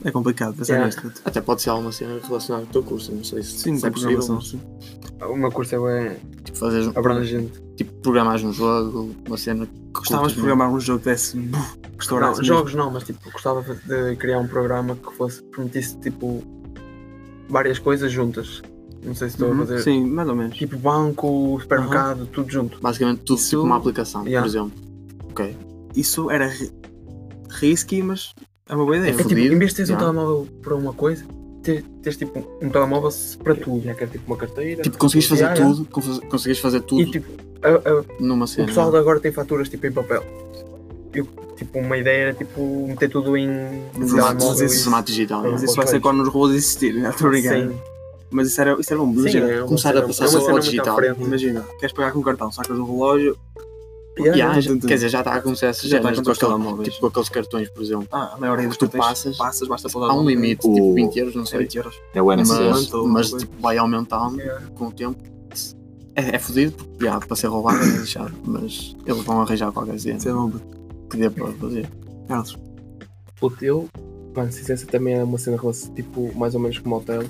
Speaker 2: É complicado pensar
Speaker 6: Yeah.
Speaker 2: neste. nisto.
Speaker 4: Até pode ser alguma cena relacionada com o teu curso, não sei se,
Speaker 2: Sim,
Speaker 4: se
Speaker 2: com
Speaker 4: é possível.
Speaker 2: programação.
Speaker 4: mas,
Speaker 2: sim.
Speaker 6: O meu curso é bem
Speaker 4: Tipo, fazeres,
Speaker 6: abrangente.
Speaker 4: tipo, programares um jogo, uma cena que
Speaker 2: Gostavas de
Speaker 4: curtas mesmo.
Speaker 2: programar um jogo que desse. buf,
Speaker 6: é? Não,
Speaker 2: Restaurante.
Speaker 6: jogos não, mas tipo, gostava de criar um programa que fosse, permitisse tipo várias coisas juntas. Não sei se estou
Speaker 4: Uhum,
Speaker 6: a fazer.
Speaker 2: Uhum. Sim, mais ou menos.
Speaker 6: Tipo banco, supermercado, tudo junto.
Speaker 4: Basicamente tudo
Speaker 2: Isso-
Speaker 4: tipo uma aplicação,
Speaker 6: Yeah.
Speaker 4: por exemplo.
Speaker 2: Isso era ri- risky, mas é uma boa
Speaker 4: É
Speaker 2: ideia.
Speaker 6: É tipo,
Speaker 4: Fudido,
Speaker 6: em vez de teres
Speaker 4: yeah.
Speaker 6: um telemóvel para uma coisa, te- tens tipo um telemóvel para tudo.
Speaker 3: Já quer tipo uma carteira.
Speaker 4: Tipo, conseguiste fazer
Speaker 6: Yeah,
Speaker 4: tudo, confe- conseguiste fazer tudo
Speaker 6: E tipo, a- a-
Speaker 4: numa
Speaker 6: o
Speaker 4: cena.
Speaker 6: pessoal de agora tem faturas tipo em papel. Eu, tipo, uma ideia era tipo meter tudo em
Speaker 4: Em formato, em
Speaker 6: telemóvel e-
Speaker 4: formato digital.
Speaker 6: Mas
Speaker 2: Mas
Speaker 4: yeah.
Speaker 2: isso vai ser quando os robôs existirem, não estou brincando.
Speaker 6: Sim,
Speaker 2: Mas isso era, isso era um
Speaker 6: sim,
Speaker 2: imagina,
Speaker 6: é uma
Speaker 4: Começar a
Speaker 6: cena-
Speaker 4: passar
Speaker 6: é uma
Speaker 4: só
Speaker 6: cena
Speaker 4: ao
Speaker 6: muito à
Speaker 4: digital.
Speaker 6: frente.
Speaker 2: imagina, queres pagar com o cartão, sacas um relógio.
Speaker 6: Yeah,
Speaker 4: Yeah,
Speaker 6: yeah.
Speaker 4: já- quer dizer, já está a acontecer essas
Speaker 2: Já está a
Speaker 4: cenas com,
Speaker 2: acontecer
Speaker 4: aquele-
Speaker 2: telemóveis.
Speaker 4: tipo, com aqueles cartões, por exemplo.
Speaker 2: Ah, a maioria dos
Speaker 4: Tu
Speaker 2: cartões
Speaker 4: passas-
Speaker 2: passas, basta para
Speaker 4: Há um limite,
Speaker 7: O-
Speaker 4: tipo 20 euros, não
Speaker 2: É
Speaker 4: sei.
Speaker 2: 20 euros.
Speaker 7: É o
Speaker 4: Mas,
Speaker 7: NSS.
Speaker 2: ou
Speaker 4: mas
Speaker 2: coisa.
Speaker 4: tipo, vai aumentando
Speaker 6: Yeah.
Speaker 4: com o tempo. É, é fodido, porque já, para ser roubado é deixado, mas eles vão arranjar qualquer cena
Speaker 2: Isso é bom.
Speaker 4: que dê para fazer.
Speaker 2: Carlos,
Speaker 6: Puto, eu, mano, se essa também era uma cena relacionada, tipo, mais ou menos como hotéis,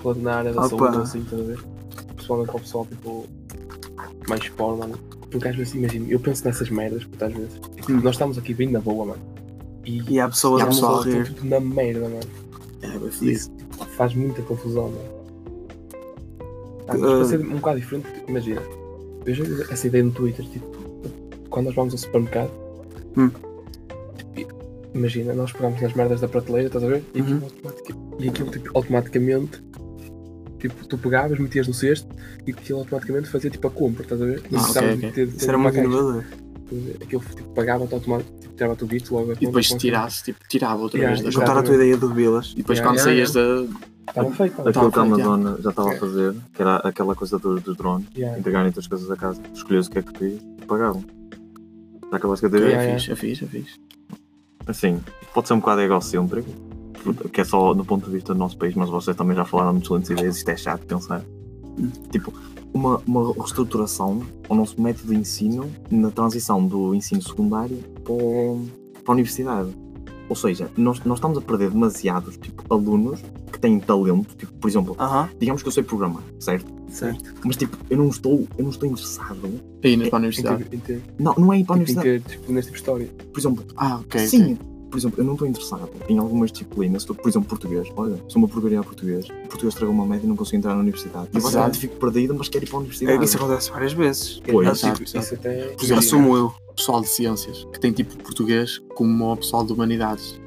Speaker 6: quando na área da
Speaker 2: Opa.
Speaker 6: saúde, assim, estás a ver? Principalmente para o pessoal, tipo, mais pobre, mano. Porque às vezes, imagino, eu penso nessas merdas, porque às vezes, nós estamos aqui bem na boa, mano. E,
Speaker 2: e há pessoas
Speaker 4: E há um
Speaker 2: a
Speaker 4: pessoal a
Speaker 2: morrer.
Speaker 6: tipo, na merda, mano.
Speaker 2: É, bem fodido.
Speaker 6: Isso tipo, faz muita confusão, mano. Ah, mas
Speaker 2: Ah.
Speaker 6: para ser um bocado diferente, imagina, eu já vi essa ideia no Twitter, tipo, quando nós vamos ao supermercado,
Speaker 2: Hum.
Speaker 6: tipo, imagina, nós pegamos nas merdas da prateleira, estás a ver? E aquilo,
Speaker 2: Uhum.
Speaker 6: automatica- e aquilo, tipo, automaticamente, tipo, tu pegavas, metias no cesto e aquilo automaticamente fazia tipo a compra, estás a ver? Não
Speaker 4: Ah,
Speaker 6: precisavas
Speaker 4: ok, ok.
Speaker 6: de ter- ter
Speaker 2: Isso era
Speaker 6: uma
Speaker 4: Uhum.
Speaker 2: muito
Speaker 6: caixa,
Speaker 2: inovador.
Speaker 6: estás a ver? Aquilo tipo, pagava-te automaticamente, tipo, tirava-te o visto logo. a
Speaker 4: E
Speaker 6: conta,
Speaker 4: depois
Speaker 6: com a-
Speaker 4: tirasse, tipo, tirava outra
Speaker 6: Yeah,
Speaker 4: vez da
Speaker 6: exato.
Speaker 2: Juntar a tua ideia de Vilas.
Speaker 4: E depois
Speaker 6: Yeah,
Speaker 4: quando
Speaker 6: yeah,
Speaker 4: saías da.
Speaker 6: Estava tá feito,
Speaker 4: Então,
Speaker 6: mano.
Speaker 7: Aquilo que a
Speaker 4: pronto, já.
Speaker 7: Amazon já estava a fazer, que era aquela coisa do- dos drones,
Speaker 6: Yeah.
Speaker 7: entregarem-te as coisas a casa, escolheres o que é que querias e pagavam. Já acabaste de
Speaker 4: É
Speaker 7: ter
Speaker 6: Yeah, yeah.
Speaker 4: fixe, é fixe, é fixe.
Speaker 7: Assim, pode ser um bocado egocêntrico, que é só no ponto de vista do nosso país, mas vocês também já falaram de excelentes ideias, isto é chato de pensar. Tipo, uma, uma reestruturação ao nosso método de ensino na transição do ensino secundário para, o- para a universidade. Ou seja, nós, nós estamos a perder demasiados tipo, alunos que têm talento, tipo, por exemplo,
Speaker 2: Aham,
Speaker 7: digamos que eu sei programar, certo?
Speaker 2: certo.
Speaker 7: Mas tipo, eu não estou, eu não estou interessado.
Speaker 4: Aí nas para a
Speaker 6: Em
Speaker 4: universidade.
Speaker 6: ter- em ter- tipo,
Speaker 7: Não, não é ir para a
Speaker 6: Em
Speaker 7: universidade.
Speaker 6: ter disciplinas tipo história.
Speaker 7: Por exemplo,
Speaker 4: Ah, ok. ok.
Speaker 7: Sim, por exemplo, eu não estou interessado em algumas disciplinas, estou, por exemplo, português. Olha, sou uma porcaria português. Português tragou uma média e não consigo entrar na universidade. E
Speaker 4: Exato.
Speaker 7: basicamente fico perdido, mas quero ir para a
Speaker 2: É,
Speaker 7: universidade.
Speaker 2: Isso acontece várias vezes.
Speaker 7: Pois.
Speaker 2: Ah,
Speaker 4: Exato,
Speaker 2: tipo,
Speaker 4: exato. é.
Speaker 6: Isso até. é
Speaker 4: Por exemplo,
Speaker 2: Assumo eu.
Speaker 4: pessoal de ciências que tem tipo português como o pessoal de humanidades.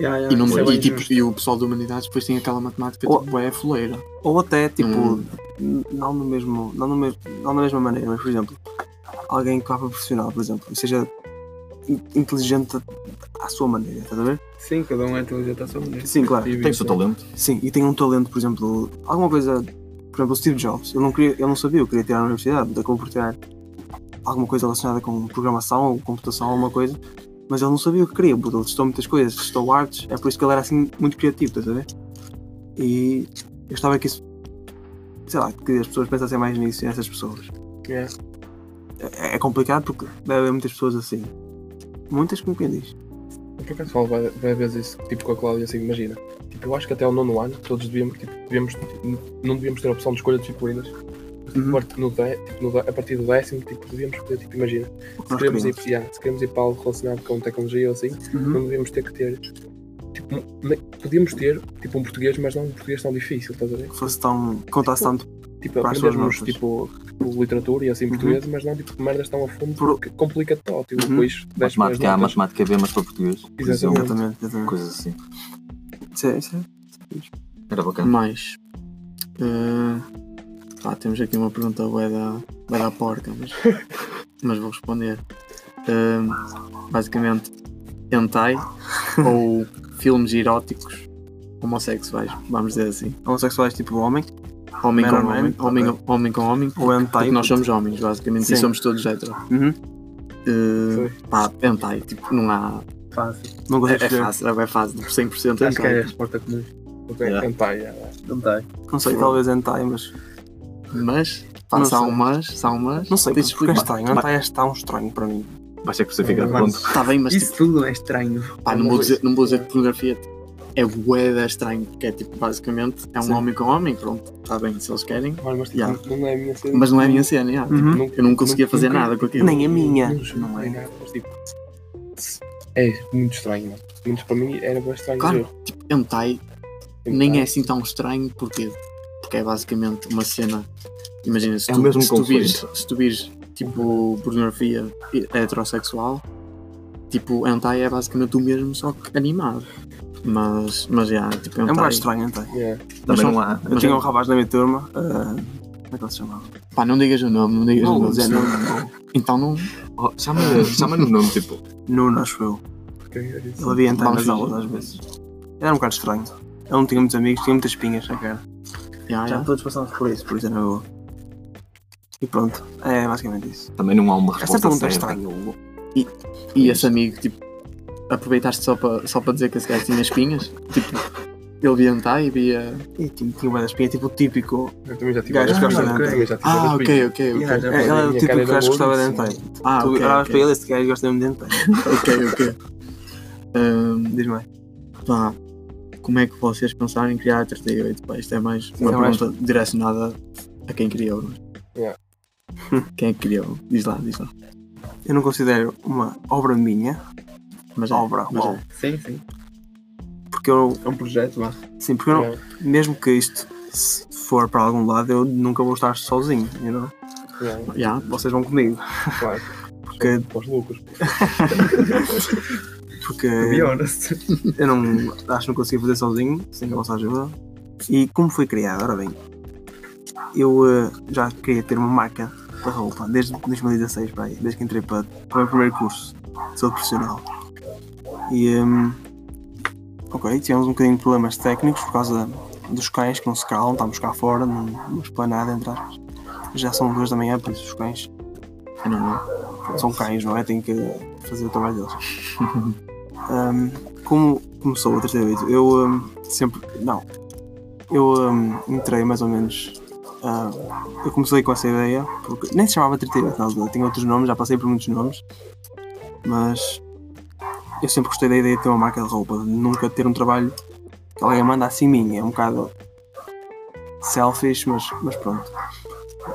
Speaker 6: Yeah, yeah,
Speaker 4: E, não-
Speaker 6: isso é
Speaker 4: e,
Speaker 6: bem
Speaker 4: tipo,
Speaker 6: justo.
Speaker 4: e o pessoal de humanidades depois tem aquela matemática
Speaker 2: Oh.
Speaker 4: tipo é fuleira.
Speaker 2: Ou até, tipo,
Speaker 4: Hum.
Speaker 2: n- não, no mesmo, não, no mesmo, não da mesma maneira, mas, por exemplo, alguém que vá para profissional, por exemplo, e seja in- inteligente à sua maneira, estás a ver?
Speaker 6: Sim, cada um é inteligente à sua maneira.
Speaker 2: Sim, claro.
Speaker 6: E-
Speaker 7: Tem o seu talento.
Speaker 2: Sim, e tem um talento, por exemplo, alguma coisa. Por exemplo, o Steve Jobs, ele não, queria, ele não sabia, eu queria tirar na universidade, acabou por tirar alguma coisa relacionada com programação ou computação, alguma coisa, mas ele não sabia o que queria, porque ele testou muitas coisas, testou artes, é por isso que ele era assim muito criativo, estás a ver? E eu estava aqui, sei lá, que as pessoas pensassem mais nisso, nessas pessoas.
Speaker 6: É.
Speaker 2: É, é complicado porque deve haver muitas pessoas assim. Muitas, como quem diz.
Speaker 6: Por acaso falo vai- vai vezes isso, tipo com a Cláudia, assim, imagina. Tipo, eu acho que até ao nono ano todos devíamos, tipo, devíamos tipo, não devíamos ter a opção de escolha de disciplinas.
Speaker 2: Uhum.
Speaker 6: Part- No, dé- tipo, no dé- a partir do décimo, tipo, devíamos escolher, tipo, imagina.
Speaker 2: o que
Speaker 6: Se
Speaker 2: nós
Speaker 6: queremos, ir,
Speaker 2: queremos.
Speaker 6: yeah, se queremos ir para algo relacionado com tecnologia ou assim,
Speaker 2: Uhum.
Speaker 6: não devíamos ter que ter. Tipo, um- ne- podíamos ter, tipo, um português, mas não um português tão difícil, estás a ver?
Speaker 2: Que fosse tão. contasse tanto
Speaker 6: Tipo,
Speaker 2: Para as suas
Speaker 6: aprendemos,
Speaker 2: notas.
Speaker 6: tipo, tipo, literatura e assim,
Speaker 2: Uhum.
Speaker 6: português, mas não, tipo, merdas tão a fundo,
Speaker 2: Por-
Speaker 6: porque complica-te só, tipo,
Speaker 2: Uhum.
Speaker 6: depois das
Speaker 7: Matemática A, matemática B, mas para português. por exemplo.
Speaker 6: Exatamente.
Speaker 2: Exatamente, exatamente.
Speaker 7: Coisas assim.
Speaker 2: Isso é- isso é-
Speaker 7: Era bacana.
Speaker 4: Mas eh, pá, temos aqui uma pergunta bué da, bué da porca, mas, mas vou responder. Eh, basicamente, hentai ou filmes eróticos homossexuais, vamos dizer assim.
Speaker 2: Homossexuais tipo homem.
Speaker 4: Homem
Speaker 2: Man
Speaker 4: com
Speaker 2: on man,
Speaker 4: homem, homem,
Speaker 2: ok.
Speaker 4: homem com homem,
Speaker 2: Ou é um hentai.
Speaker 4: porque nós somos homens, basicamente,
Speaker 2: Sim.
Speaker 4: e somos todos hetero.
Speaker 2: Uhum.
Speaker 4: Eh, pá, hentai, tipo, não há.
Speaker 5: Fácil.
Speaker 2: Não
Speaker 4: É,
Speaker 2: consigo
Speaker 4: é
Speaker 2: escolher.
Speaker 4: fácil, é fácil, 100%
Speaker 6: Acho que é a
Speaker 4: hentai.
Speaker 6: resposta comum. Ok,
Speaker 7: Yeah.
Speaker 6: hentai, yeah.
Speaker 5: Não tem.
Speaker 2: Não sei, talvez hentai, mas.
Speaker 4: Mas, pá,
Speaker 2: Não
Speaker 4: só
Speaker 2: sei.
Speaker 4: um mas, só um mas.
Speaker 2: Não sei,
Speaker 4: tens de
Speaker 2: porque é
Speaker 4: explicar.
Speaker 2: estranho. Hentai é está um estranho para mim.
Speaker 7: Vais ter que crucificar
Speaker 6: Mas-
Speaker 7: pronto.
Speaker 4: Tá bem, mas
Speaker 3: Isso tudo é estranho.
Speaker 4: Pá, não
Speaker 3: Uma
Speaker 4: vou,
Speaker 3: coisa.
Speaker 4: dizer, não vou dizer que pornografia tipo, é boeda estranho, porque é tipo, basicamente, é um
Speaker 2: Sim.
Speaker 4: homem com homem, pronto, está bem, se eles querem.
Speaker 6: Mas, mas, tipo,
Speaker 4: Yeah.
Speaker 6: não é a minha cena.
Speaker 4: Mas não é a minha cena, já.
Speaker 2: Uhum.
Speaker 6: Nunca-
Speaker 4: Eu não conseguia fazer
Speaker 6: nunca-
Speaker 4: nada com aquilo.
Speaker 2: Nem a minha.
Speaker 6: Não,
Speaker 2: Não
Speaker 6: não é
Speaker 2: é?
Speaker 6: nada, mas tipo. É muito estranho, mano. Muito para mim era bem estranho. Ah,
Speaker 4: Claro.
Speaker 6: juro.
Speaker 4: Hentai É um nem é
Speaker 6: Hentai.
Speaker 4: assim tão estranho, porquê? Porque é basicamente uma cena. Imagina, se
Speaker 7: É o
Speaker 4: tu,
Speaker 7: mesmo
Speaker 4: se tu vires,
Speaker 7: conceito.
Speaker 4: se tu vires tipo pornografia heterossexual, tipo, hentai é basicamente o mesmo, só que animado. Mas, mas já, tipo,
Speaker 2: É um
Speaker 4: hentai.
Speaker 2: bocado estranho, hentai.
Speaker 6: Yeah.
Speaker 7: Também
Speaker 4: são-
Speaker 7: não há.
Speaker 2: Eu
Speaker 4: Mas
Speaker 2: tinha
Speaker 4: é-
Speaker 2: um rapaz na minha turma. ah, Como é que ele se chamava?
Speaker 4: Pá, não digas o nome, não digas
Speaker 2: Não é
Speaker 4: o
Speaker 2: vou
Speaker 4: nome.
Speaker 2: dizer
Speaker 4: senão-
Speaker 2: Nuno.
Speaker 4: Então não.
Speaker 7: Oh, Chama-lhe chama no nome, tipo.
Speaker 2: Nuno, acho eu.
Speaker 6: Porque era isso.
Speaker 2: Ele havia hentai
Speaker 4: Vamos
Speaker 2: nas
Speaker 4: fingir.
Speaker 2: aulas às vezes. Era um bocado estranho. Ele não tinha muitos amigos, tinha muitas espinhas na cara.
Speaker 4: Já, Ah, já.
Speaker 5: Já todos passamos por isso.
Speaker 2: Por isso era boa. E pronto, é basicamente isso.
Speaker 7: Também não há uma resposta.
Speaker 2: Essa pergunta é
Speaker 7: certa.
Speaker 2: estranha. Hugo.
Speaker 4: E esse amigo, tipo, aproveitaste só para só para dizer que esse gajo tinha espinhas? tipo, ele via hentai e via.
Speaker 2: E tinha, tinha uma das espinhas, tipo o típico.
Speaker 6: Eu também já tive
Speaker 2: Gajo que
Speaker 6: várias
Speaker 2: gosta de
Speaker 6: coisas,
Speaker 2: hentai.
Speaker 6: mas já tive
Speaker 4: Ah,
Speaker 6: várias
Speaker 4: ok, ok,
Speaker 6: coisas.
Speaker 4: ok.
Speaker 6: Yeah, já
Speaker 2: É,
Speaker 6: fazia
Speaker 2: ela
Speaker 6: a
Speaker 2: era o
Speaker 6: minha
Speaker 2: típico
Speaker 6: cara
Speaker 2: que gajo que gostava de
Speaker 6: louro,
Speaker 2: hentai.
Speaker 6: assim.
Speaker 4: Ah,
Speaker 2: Tu
Speaker 4: ok,
Speaker 2: olhavas para
Speaker 4: ok,
Speaker 2: ele, esse gajo gosta mesmo de hentai.
Speaker 4: ok, ok. Ahm,
Speaker 2: Diz-me aí.
Speaker 4: pá, como é que vocês pensaram em criar a 38? Pá, isto é mais uma
Speaker 2: é mais-
Speaker 4: pergunta direcionada a quem criou. mas-
Speaker 6: Yeah.
Speaker 4: Quem é que criou? Diz lá, diz lá.
Speaker 2: Eu não considero uma obra minha,
Speaker 4: Mas é,
Speaker 2: obra,
Speaker 4: mas é.
Speaker 2: uau,
Speaker 3: Sim, sim.
Speaker 2: porque eu,
Speaker 3: É um projeto, vá.
Speaker 2: sim, porque eu não, mesmo que isto se for para algum lado, eu nunca vou estar sozinho, you know?
Speaker 6: Yeah, yeah,
Speaker 4: Yeah,
Speaker 2: Vocês vão comigo,
Speaker 6: Claro.
Speaker 2: porque,
Speaker 6: Para os lucros.
Speaker 2: porque
Speaker 3: To be honest.
Speaker 2: eu não, acho que não consegui fazer sozinho, sem a vossa ajuda. E como foi criado? Ora bem, eu eh, já queria ter uma marca de roupa desde 2016, para aí, desde que entrei para, para o meu primeiro curso. Sou profissional. E. ehm, ok, tivemos um bocadinho de problemas técnicos por causa dos cães que não se calam, estamos cá fora, num- numa esplanada, entre aspas. Já são duas da manhã, por isso os cães
Speaker 4: não, não.
Speaker 2: são cães, não é? Têm que fazer o trabalho deles. Ahm, como começou o 38? Eu ahm, sempre. Não. Eu ahm, entrei mais ou menos. ah, eu comecei com essa ideia, porque nem se chamava 38 na altura, tinha outros nomes, já passei por muitos nomes, mas eu sempre gostei da ideia de ter uma marca de roupa, de nunca ter um trabalho que alguém manda assim mim, é um bocado selfish, mas, mas pronto.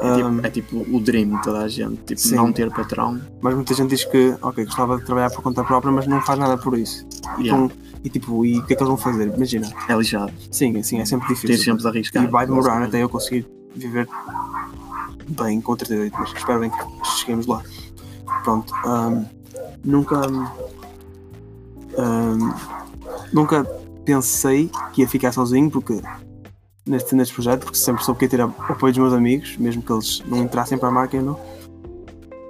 Speaker 4: É,
Speaker 2: Ahm,
Speaker 4: tipo, é tipo o dream de toda a gente. Tipo,
Speaker 2: Sim.
Speaker 4: não ter patrão.
Speaker 2: mas muita gente diz que, ok, gostava de trabalhar por conta própria, mas não faz nada por isso.
Speaker 4: Yeah,
Speaker 2: Então, e tipo, e o que é que eles vão fazer? Imagina.
Speaker 4: é lixado.
Speaker 2: Sim, assim, é sempre
Speaker 4: Tens
Speaker 2: difícil.
Speaker 4: sempre de arriscar.
Speaker 2: E vai demorar até eu conseguir viver bem com 38, mas espero bem que cheguemos lá. Pronto. ahm, nunca. ahm, nunca pensei que ia ficar sozinho, porque. Neste, neste projeto, porque sempre soube que ia ter a- apoio dos meus amigos, mesmo que eles não entrassem para a marca, eu não.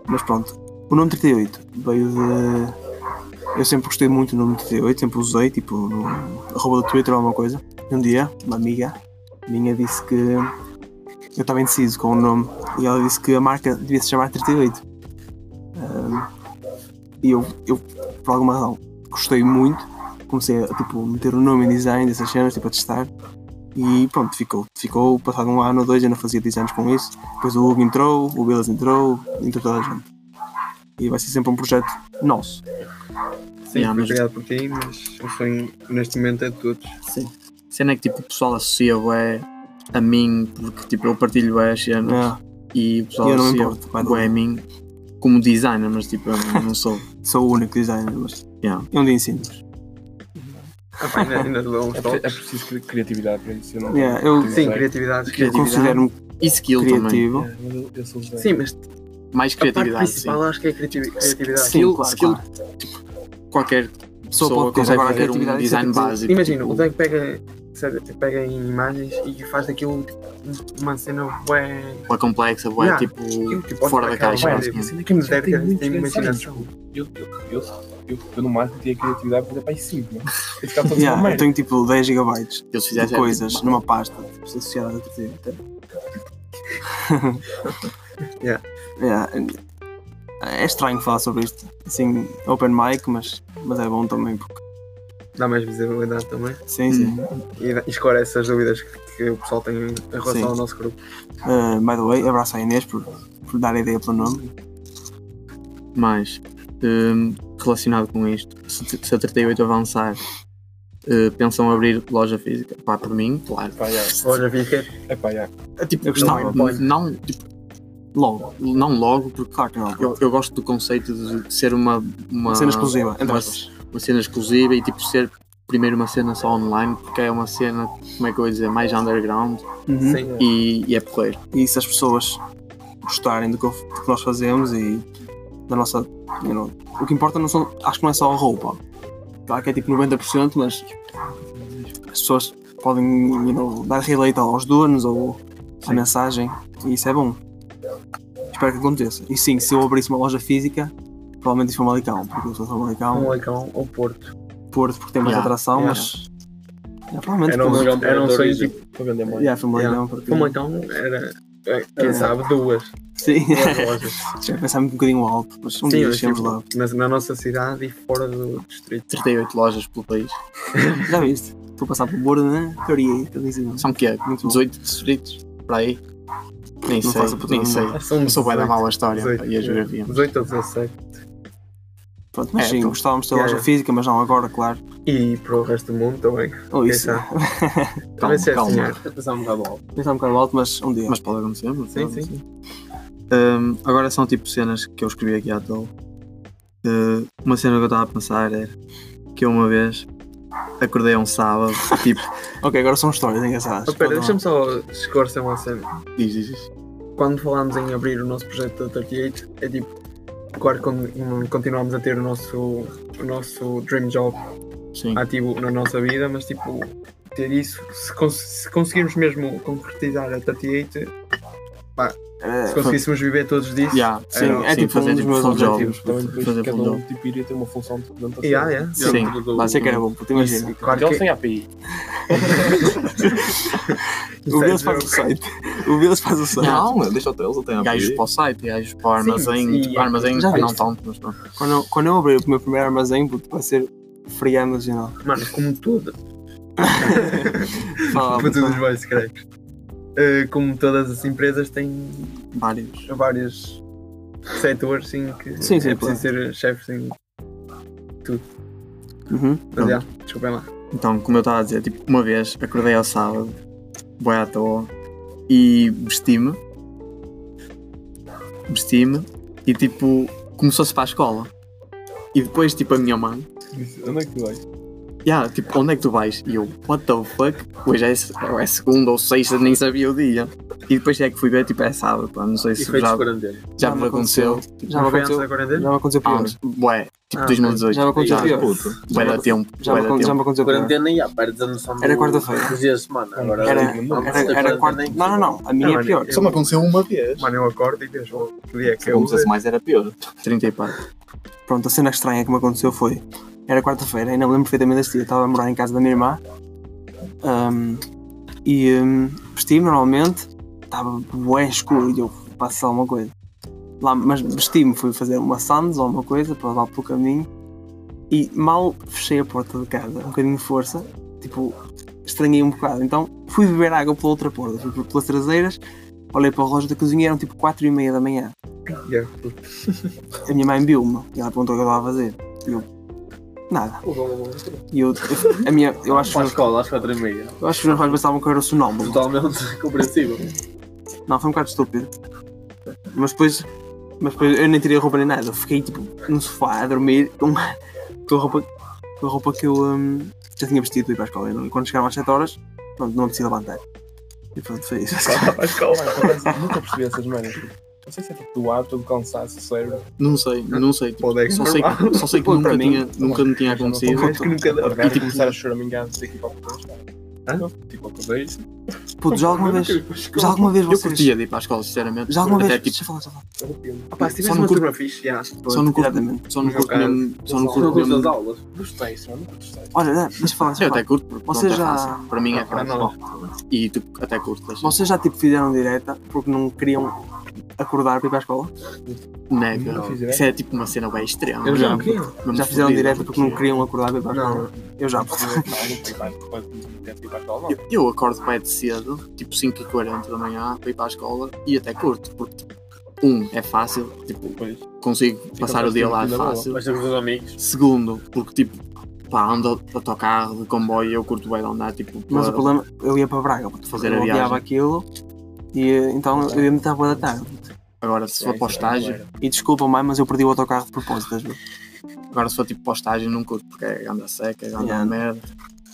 Speaker 2: Mas pronto. O nome 38 veio de. Eu sempre gostei muito do nome 38, sempre usei, tipo, no arroba do Twitter ou alguma coisa. Um dia, uma amiga minha disse que eu estava indeciso com o nome e ela disse que a marca devia se chamar 38. Ahm, e eu, eu, por alguma razão, gostei muito. Comecei a tipo, meter o nome em design dessas cenas, tipo, a testar. E pronto, ficou. Ficou, passado um ano ou dois, eu não fazia designs com isso. Depois o Hugo entrou, o Willis entrou, entrou toda a gente. E vai ser sempre um projeto nosso.
Speaker 3: Sim,
Speaker 4: Yeah,
Speaker 3: foi
Speaker 4: mas-
Speaker 3: criado por ti, mas o sonho neste momento é de todos.
Speaker 4: cena é que tipo, o pessoal associa é a mim, porque tipo, eu partilho as cenas
Speaker 2: Ah,
Speaker 4: e o pessoal
Speaker 2: Eu não me
Speaker 4: associa
Speaker 2: importo, vai
Speaker 4: bué a
Speaker 2: dar.
Speaker 4: mim como designer, mas tipo, eu não, não sou.
Speaker 2: sou o único designer, mas
Speaker 4: Yeah.
Speaker 2: eu um dia ensino.
Speaker 3: Ah, pá, ainda, ainda te dou uns
Speaker 6: É, pre- é
Speaker 3: toques.
Speaker 6: preciso cri- criatividade para isso. Eu não
Speaker 2: Yeah, eu
Speaker 5: é
Speaker 6: Sim.
Speaker 3: Sim, criatividade.
Speaker 2: eu considero-me
Speaker 4: E skill também.
Speaker 2: criativo.
Speaker 6: Yeah, mas eu, eu sou zero.
Speaker 3: Sim, mas
Speaker 4: Mais
Speaker 3: a parte
Speaker 4: criatividade, sim.
Speaker 3: principal acho que é criativi- criatividade.
Speaker 2: Sim,
Speaker 4: Skill,
Speaker 2: claro,
Speaker 4: skill
Speaker 2: claro.
Speaker 4: tipo, qualquer pessoa
Speaker 2: pode ter
Speaker 4: consegue
Speaker 2: agora a
Speaker 4: fazer um
Speaker 2: criatividade, isso é
Speaker 4: design
Speaker 2: tipo-
Speaker 4: básico.
Speaker 3: Imagina,
Speaker 4: tipo,
Speaker 3: o Dag pega
Speaker 5: sabe, pega em imagens e faz daquilo tipo, uma cena bué.
Speaker 4: Bué complexa, bué
Speaker 5: Yeah.
Speaker 4: tipo.
Speaker 6: Eu, tipo,
Speaker 4: Fora
Speaker 6: olha
Speaker 4: da
Speaker 6: para cá,
Speaker 4: caixa,
Speaker 6: olha,
Speaker 4: basicamente.
Speaker 6: assim,
Speaker 5: Que me deve
Speaker 6: tem
Speaker 5: ter
Speaker 6: muitos
Speaker 5: tem
Speaker 6: grandes
Speaker 5: imaginação.
Speaker 6: Eu, eu, eu, eu, eu no máximo tinha criatividade para para 5, né? Eu ficava todo
Speaker 2: Yeah,
Speaker 6: yeah,
Speaker 2: eu tenho tipo 10 GB
Speaker 4: Eles é fizeram
Speaker 2: de coisas numa pasta tipo, associada a tudo.
Speaker 5: Yeah.
Speaker 2: Yeah, É estranho falar sobre isto. Assim, open mic, mas, mas é bom também. Porque,
Speaker 5: Dá mais visibilidade também.
Speaker 2: sim, sim.
Speaker 5: E dá- e esclarece as dúvidas que, que o pessoal tem em relação
Speaker 2: Sim.
Speaker 5: ao nosso grupo.
Speaker 4: Hum.
Speaker 2: Uh, by the way, abraço à Inês por, por dar a ideia pelo nome.
Speaker 4: Mas, hum, relacionado com isto, se, se a 38 avançar, eh, pensam abrir loja física? Pá, por mim, claro.
Speaker 6: Epá, yeah.
Speaker 5: Olha, vi que é
Speaker 6: Epá, yeah.
Speaker 4: É, tipo,
Speaker 2: Eu gostava.
Speaker 4: não, não, tipo, logo, não logo, porque
Speaker 2: Claro que não.
Speaker 4: eu, eu gosto do conceito de ser uma. Uma,
Speaker 2: Uma cena exclusiva, entre
Speaker 4: uma-
Speaker 2: aspas.
Speaker 4: uma cena exclusiva e tipo ser primeiro uma cena só online porque é uma cena, como é que eu ia dizer, mais underground
Speaker 2: Uhum.
Speaker 6: Sim,
Speaker 4: e, e é porreiro.
Speaker 2: E se as pessoas gostarem do que, eu- do que nós fazemos e da nossa. you know, o que importa não são, acho que não é só a roupa. Claro que é tipo 90%, mas as pessoas podem you know, dar relate aos donos ou à mensagem e isso é bom. Espero que aconteça. E sim, se eu abrisse uma loja física, provavelmente em Famalicão, porque eu sou de
Speaker 5: um
Speaker 2: Famalicão,
Speaker 5: leicão ao Porto.
Speaker 2: Porto, porque tem mais
Speaker 4: Yeah,
Speaker 2: atração,
Speaker 5: É. yeah.
Speaker 2: mas. É, provavelmente
Speaker 6: Era um
Speaker 2: Porto.
Speaker 6: leilão
Speaker 5: Era um
Speaker 6: para
Speaker 5: sonho
Speaker 6: atores,
Speaker 5: tipo.
Speaker 6: para vender mais.
Speaker 2: Yeah, Famalicão, porque.
Speaker 3: Hum.
Speaker 5: Um leicão era. é, Quem sabe, duas.
Speaker 2: Sim,
Speaker 5: duas lojas.
Speaker 2: já pensámos um bocadinho alto, mas um
Speaker 5: Sim,
Speaker 2: dia
Speaker 5: mas,
Speaker 2: chegamos
Speaker 5: tipo,
Speaker 2: lá.
Speaker 5: mas na nossa cidade e fora do distrito.
Speaker 4: 38 lojas pelo país.
Speaker 2: Já viste? Estou a passar pelo bordo, né? Teoria, que eu disse, não.
Speaker 4: São que é?
Speaker 2: Muito bom.
Speaker 4: 18 distritos para aí? Nem
Speaker 2: Não
Speaker 4: sei,
Speaker 2: faço a puta
Speaker 4: nem
Speaker 2: ideia.
Speaker 4: sei. é.
Speaker 5: São
Speaker 4: Eu sou um bué da
Speaker 5: 18,
Speaker 4: mal a história pá,
Speaker 5: 18,
Speaker 4: e a geografia.
Speaker 5: 18 a 17.
Speaker 2: Pronto, mas
Speaker 4: É,
Speaker 2: sim,
Speaker 4: então.
Speaker 2: gostávamos de ter
Speaker 5: Yeah,
Speaker 2: loja
Speaker 5: yeah.
Speaker 2: física, mas não agora, claro.
Speaker 5: E para o resto do mundo também.
Speaker 2: Ou
Speaker 5: Quem
Speaker 2: isso.
Speaker 5: sabe?
Speaker 4: Calma,
Speaker 5: Também se é
Speaker 4: calma.
Speaker 5: dinheiro.
Speaker 6: pensar um bocado alto.
Speaker 2: Pensar um bocado alto, mas um dia.
Speaker 4: Mas pode acontecer, mas
Speaker 5: Sim,
Speaker 4: pode
Speaker 5: sim.
Speaker 4: acontecer. Hum, agora são tipo cenas que eu escrevi aqui à toa. Uh, uma cena que eu estava a pensar era que eu uma vez acordei a um sábado, tipo,
Speaker 2: Ok, agora são histórias engraçadas.
Speaker 5: Oh, Espera,
Speaker 2: Pronto,
Speaker 5: deixa-me só esclarecer uma cena.
Speaker 4: diz, diz, diz.
Speaker 5: Quando falámos em abrir o nosso projeto da 38, é tipo. Claro que con- continuámos a ter o nosso, o nosso dream job
Speaker 4: Sim.
Speaker 5: ativo na nossa vida, mas tipo, ter isso, se, cons- se conseguirmos mesmo concretizar a 38,
Speaker 2: é,
Speaker 5: se conseguíssemos viver todos disso.
Speaker 4: Yeah,
Speaker 2: Sim,
Speaker 4: era-
Speaker 2: é tipo um dos meus
Speaker 4: full
Speaker 2: objetivos,
Speaker 4: job.
Speaker 6: Também depois
Speaker 4: Fazer
Speaker 6: cada
Speaker 4: full job.
Speaker 6: um tipo, iria ter uma função de plantação. Tipo,
Speaker 5: Yeah, yeah.
Speaker 4: Sim,
Speaker 2: Vai ser que era bom, porque imagina.
Speaker 5: Claro
Speaker 6: Aqueles
Speaker 5: que
Speaker 6: sem API.
Speaker 2: O
Speaker 5: é
Speaker 2: Vilas faz o site. O Vilas faz o site.
Speaker 7: Não, meu, deixa o Teles, ele tem
Speaker 4: Gajos
Speaker 7: API.
Speaker 4: para o site, gajos para o armazém,
Speaker 5: sim,
Speaker 4: tipo,
Speaker 5: é.
Speaker 4: armazém
Speaker 2: Já
Speaker 4: não
Speaker 2: viste?
Speaker 4: tanto, mas pronto.
Speaker 2: Quando, eu- quando eu abrir o meu primeiro armazém, puto, vai ser friando original.
Speaker 5: Mano, como todas.
Speaker 2: Fala,
Speaker 5: como todos os
Speaker 2: puto.
Speaker 5: voice cracks. Uh, como todas as empresas têm
Speaker 4: Vários.
Speaker 5: vários setores em que
Speaker 2: Sim, sim,
Speaker 5: é preciso ser chefes em.
Speaker 2: Uhum.
Speaker 5: Mas já, desculpem lá.
Speaker 4: Então, como eu estava a dizer, tipo, uma vez acordei ao sábado, boi à toa, e vesti-me. Vesti-me e tipo, começou-se para a escola. E depois, tipo, a minha mãe,
Speaker 6: Disse, Onde é que tu vais?
Speaker 4: yeah, tipo, onde é que tu vais? E eu, what the fuck? Hoje é, se- é segunda ou sexta, nem sabia o dia. E depois é que fui ver, tipo, é sábado, pá, não sei se
Speaker 3: Efeitos
Speaker 4: já,
Speaker 3: de quarentena.
Speaker 4: já vos aconteceu.
Speaker 2: Já me
Speaker 5: foi antes
Speaker 2: aconteceu.
Speaker 5: da quarentena?
Speaker 2: Já me aconteceu pior.
Speaker 4: Antes, bué, tipo
Speaker 5: Ah,
Speaker 4: 2018.
Speaker 2: Já me aconteceu
Speaker 4: Já,
Speaker 2: pior.
Speaker 7: Puto.
Speaker 4: Vai dar tempo,
Speaker 2: Já
Speaker 4: vai
Speaker 2: me
Speaker 4: dar
Speaker 2: acon- já
Speaker 4: tempo.
Speaker 2: me aconteceu pior.
Speaker 3: Quarentena e há, perdes a noção do-
Speaker 2: Era quarta-feira.
Speaker 3: dos dias de semana. Agora
Speaker 2: Era,
Speaker 3: Não,
Speaker 2: era, era quarta. Não, não, não. A minha
Speaker 5: Não,
Speaker 2: é pior.
Speaker 5: Só me aconteceu
Speaker 4: uma vez.
Speaker 5: Mano, eu acordo e vejo logo que dia é que
Speaker 7: Se
Speaker 5: eu
Speaker 7: acontecesse mais era pior.
Speaker 4: 30 e pá.
Speaker 2: Pronto, a cena estranha que me aconteceu foi. Era quarta-feira, ainda me lembro perfeitamente desse dia. Estava a morar em casa da minha irmã ahm, e ahm, vesti-me normalmente. Estava bué escuro e eu passei alguma coisa. Lá, mas vesti-me, fui fazer uma sandes ou alguma coisa para lá pelo caminho e mal fechei a porta de casa, um bocadinho de força, tipo, estranhei um bocado. Então fui beber água pela outra porta, fui por- pelas traseiras, olhei para o relógio da cozinha, eram tipo 4 e meia da manhã.
Speaker 5: Yeah.
Speaker 2: A minha mãe viu-me e ela perguntou o que eu estava a fazer. E eu, nada. E eu, eu- a minha, eu acho, que
Speaker 3: Para a
Speaker 2: os meus-
Speaker 3: escola, às quatro e meia.
Speaker 2: eu acho que os meus pais pensavam que eu era sonâmbulo.
Speaker 3: Totalmente compreensível.
Speaker 2: Não, foi um bocado estúpido. Mas depois, mas depois eu nem tirei a roupa nem nada. Eu fiquei tipo no sofá a dormir com, com, a, roupa, com a roupa que eu hum, já tinha vestido para ir para a escola. E quando chegaram às 7 horas, pronto, não me decidi levantar. E pronto, foi isso.
Speaker 6: Para a escola. acontece- Nunca percebi essas merdas. Não sei se é tipo do hábito, do cansaço, do cérebro.
Speaker 4: Não sei, não sei. tipo,
Speaker 5: Pode é
Speaker 4: só sei que, só sei que
Speaker 2: Pô, para
Speaker 4: nunca,
Speaker 2: mim, é
Speaker 4: tinha, nunca me tinha acontecido.
Speaker 6: Acho que nunca
Speaker 4: E, tipo,
Speaker 3: é
Speaker 6: começar a chorar, me engano, sei que para Hã? Tipo, acordei isso.
Speaker 2: Puto, já alguma vez. Já alguma vez
Speaker 4: Eu
Speaker 2: vocês.
Speaker 4: curtia de ir para a escola, sinceramente.
Speaker 2: Já alguma
Speaker 4: Até, tipo,
Speaker 2: vez. Deixa eu falar, deixa eu falar.
Speaker 3: Ah, pá, se
Speaker 4: Só
Speaker 3: tivesse
Speaker 4: não
Speaker 3: uma
Speaker 4: curto-
Speaker 3: turma fixe, já.
Speaker 4: Só não curto
Speaker 2: Exatamente.
Speaker 4: mesmo. Só não
Speaker 6: Mas,
Speaker 4: curto
Speaker 6: cara,
Speaker 4: mesmo. Só não
Speaker 6: Não
Speaker 4: curto
Speaker 6: curto
Speaker 4: mesmo.
Speaker 6: das aulas. Dos textos, mano. Dos textos.
Speaker 2: Olha, não, deixa eu falar, deixa
Speaker 4: Eu
Speaker 2: eu
Speaker 4: até
Speaker 2: falar.
Speaker 4: curto, porque pronto,
Speaker 2: Vocês
Speaker 4: é
Speaker 2: já-
Speaker 4: fácil. Para mim é
Speaker 6: Para
Speaker 4: fácil.
Speaker 6: nós.
Speaker 4: E tu até assim. curtas.
Speaker 2: Vocês já tipo fizeram direta porque não queriam acordar para ir para a escola?
Speaker 4: Nega.
Speaker 6: Não fiz
Speaker 4: Isso é tipo uma cena bem extrema.
Speaker 5: Eu já
Speaker 4: Mesmo
Speaker 5: queria.
Speaker 4: mesmo
Speaker 2: Já fizeram
Speaker 4: fodido.
Speaker 2: direta porque não queriam acordar para ir para a escola?
Speaker 5: Não,
Speaker 2: Eu já.
Speaker 4: Eu, é. eu acordo bem de cedo, tipo 5h40 da manhã, para ir para a escola e até curto, porque tipo, um é fácil, tipo, consigo passar o dia lá fácil.
Speaker 3: Mas temos os amigos.
Speaker 4: Segundo, porque tipo, pá, ando de autocarro, de comboio, eu curto bem de andar, tipo,
Speaker 2: Mas o
Speaker 4: para-
Speaker 2: problema, eu ia para Braga, puto,
Speaker 4: Fazer
Speaker 2: eu
Speaker 4: a viagem.
Speaker 2: odiava aquilo e eh, então eu ia me estar boa da tarde.
Speaker 4: agora se
Speaker 2: é
Speaker 4: for para o estágio,
Speaker 2: E desculpa mãe, mas eu perdi o autocarro de propósito, estás a ver?
Speaker 4: agora se for tipo para o estágio não curto, porque é anda seca, anda
Speaker 2: Yeah.
Speaker 4: merda,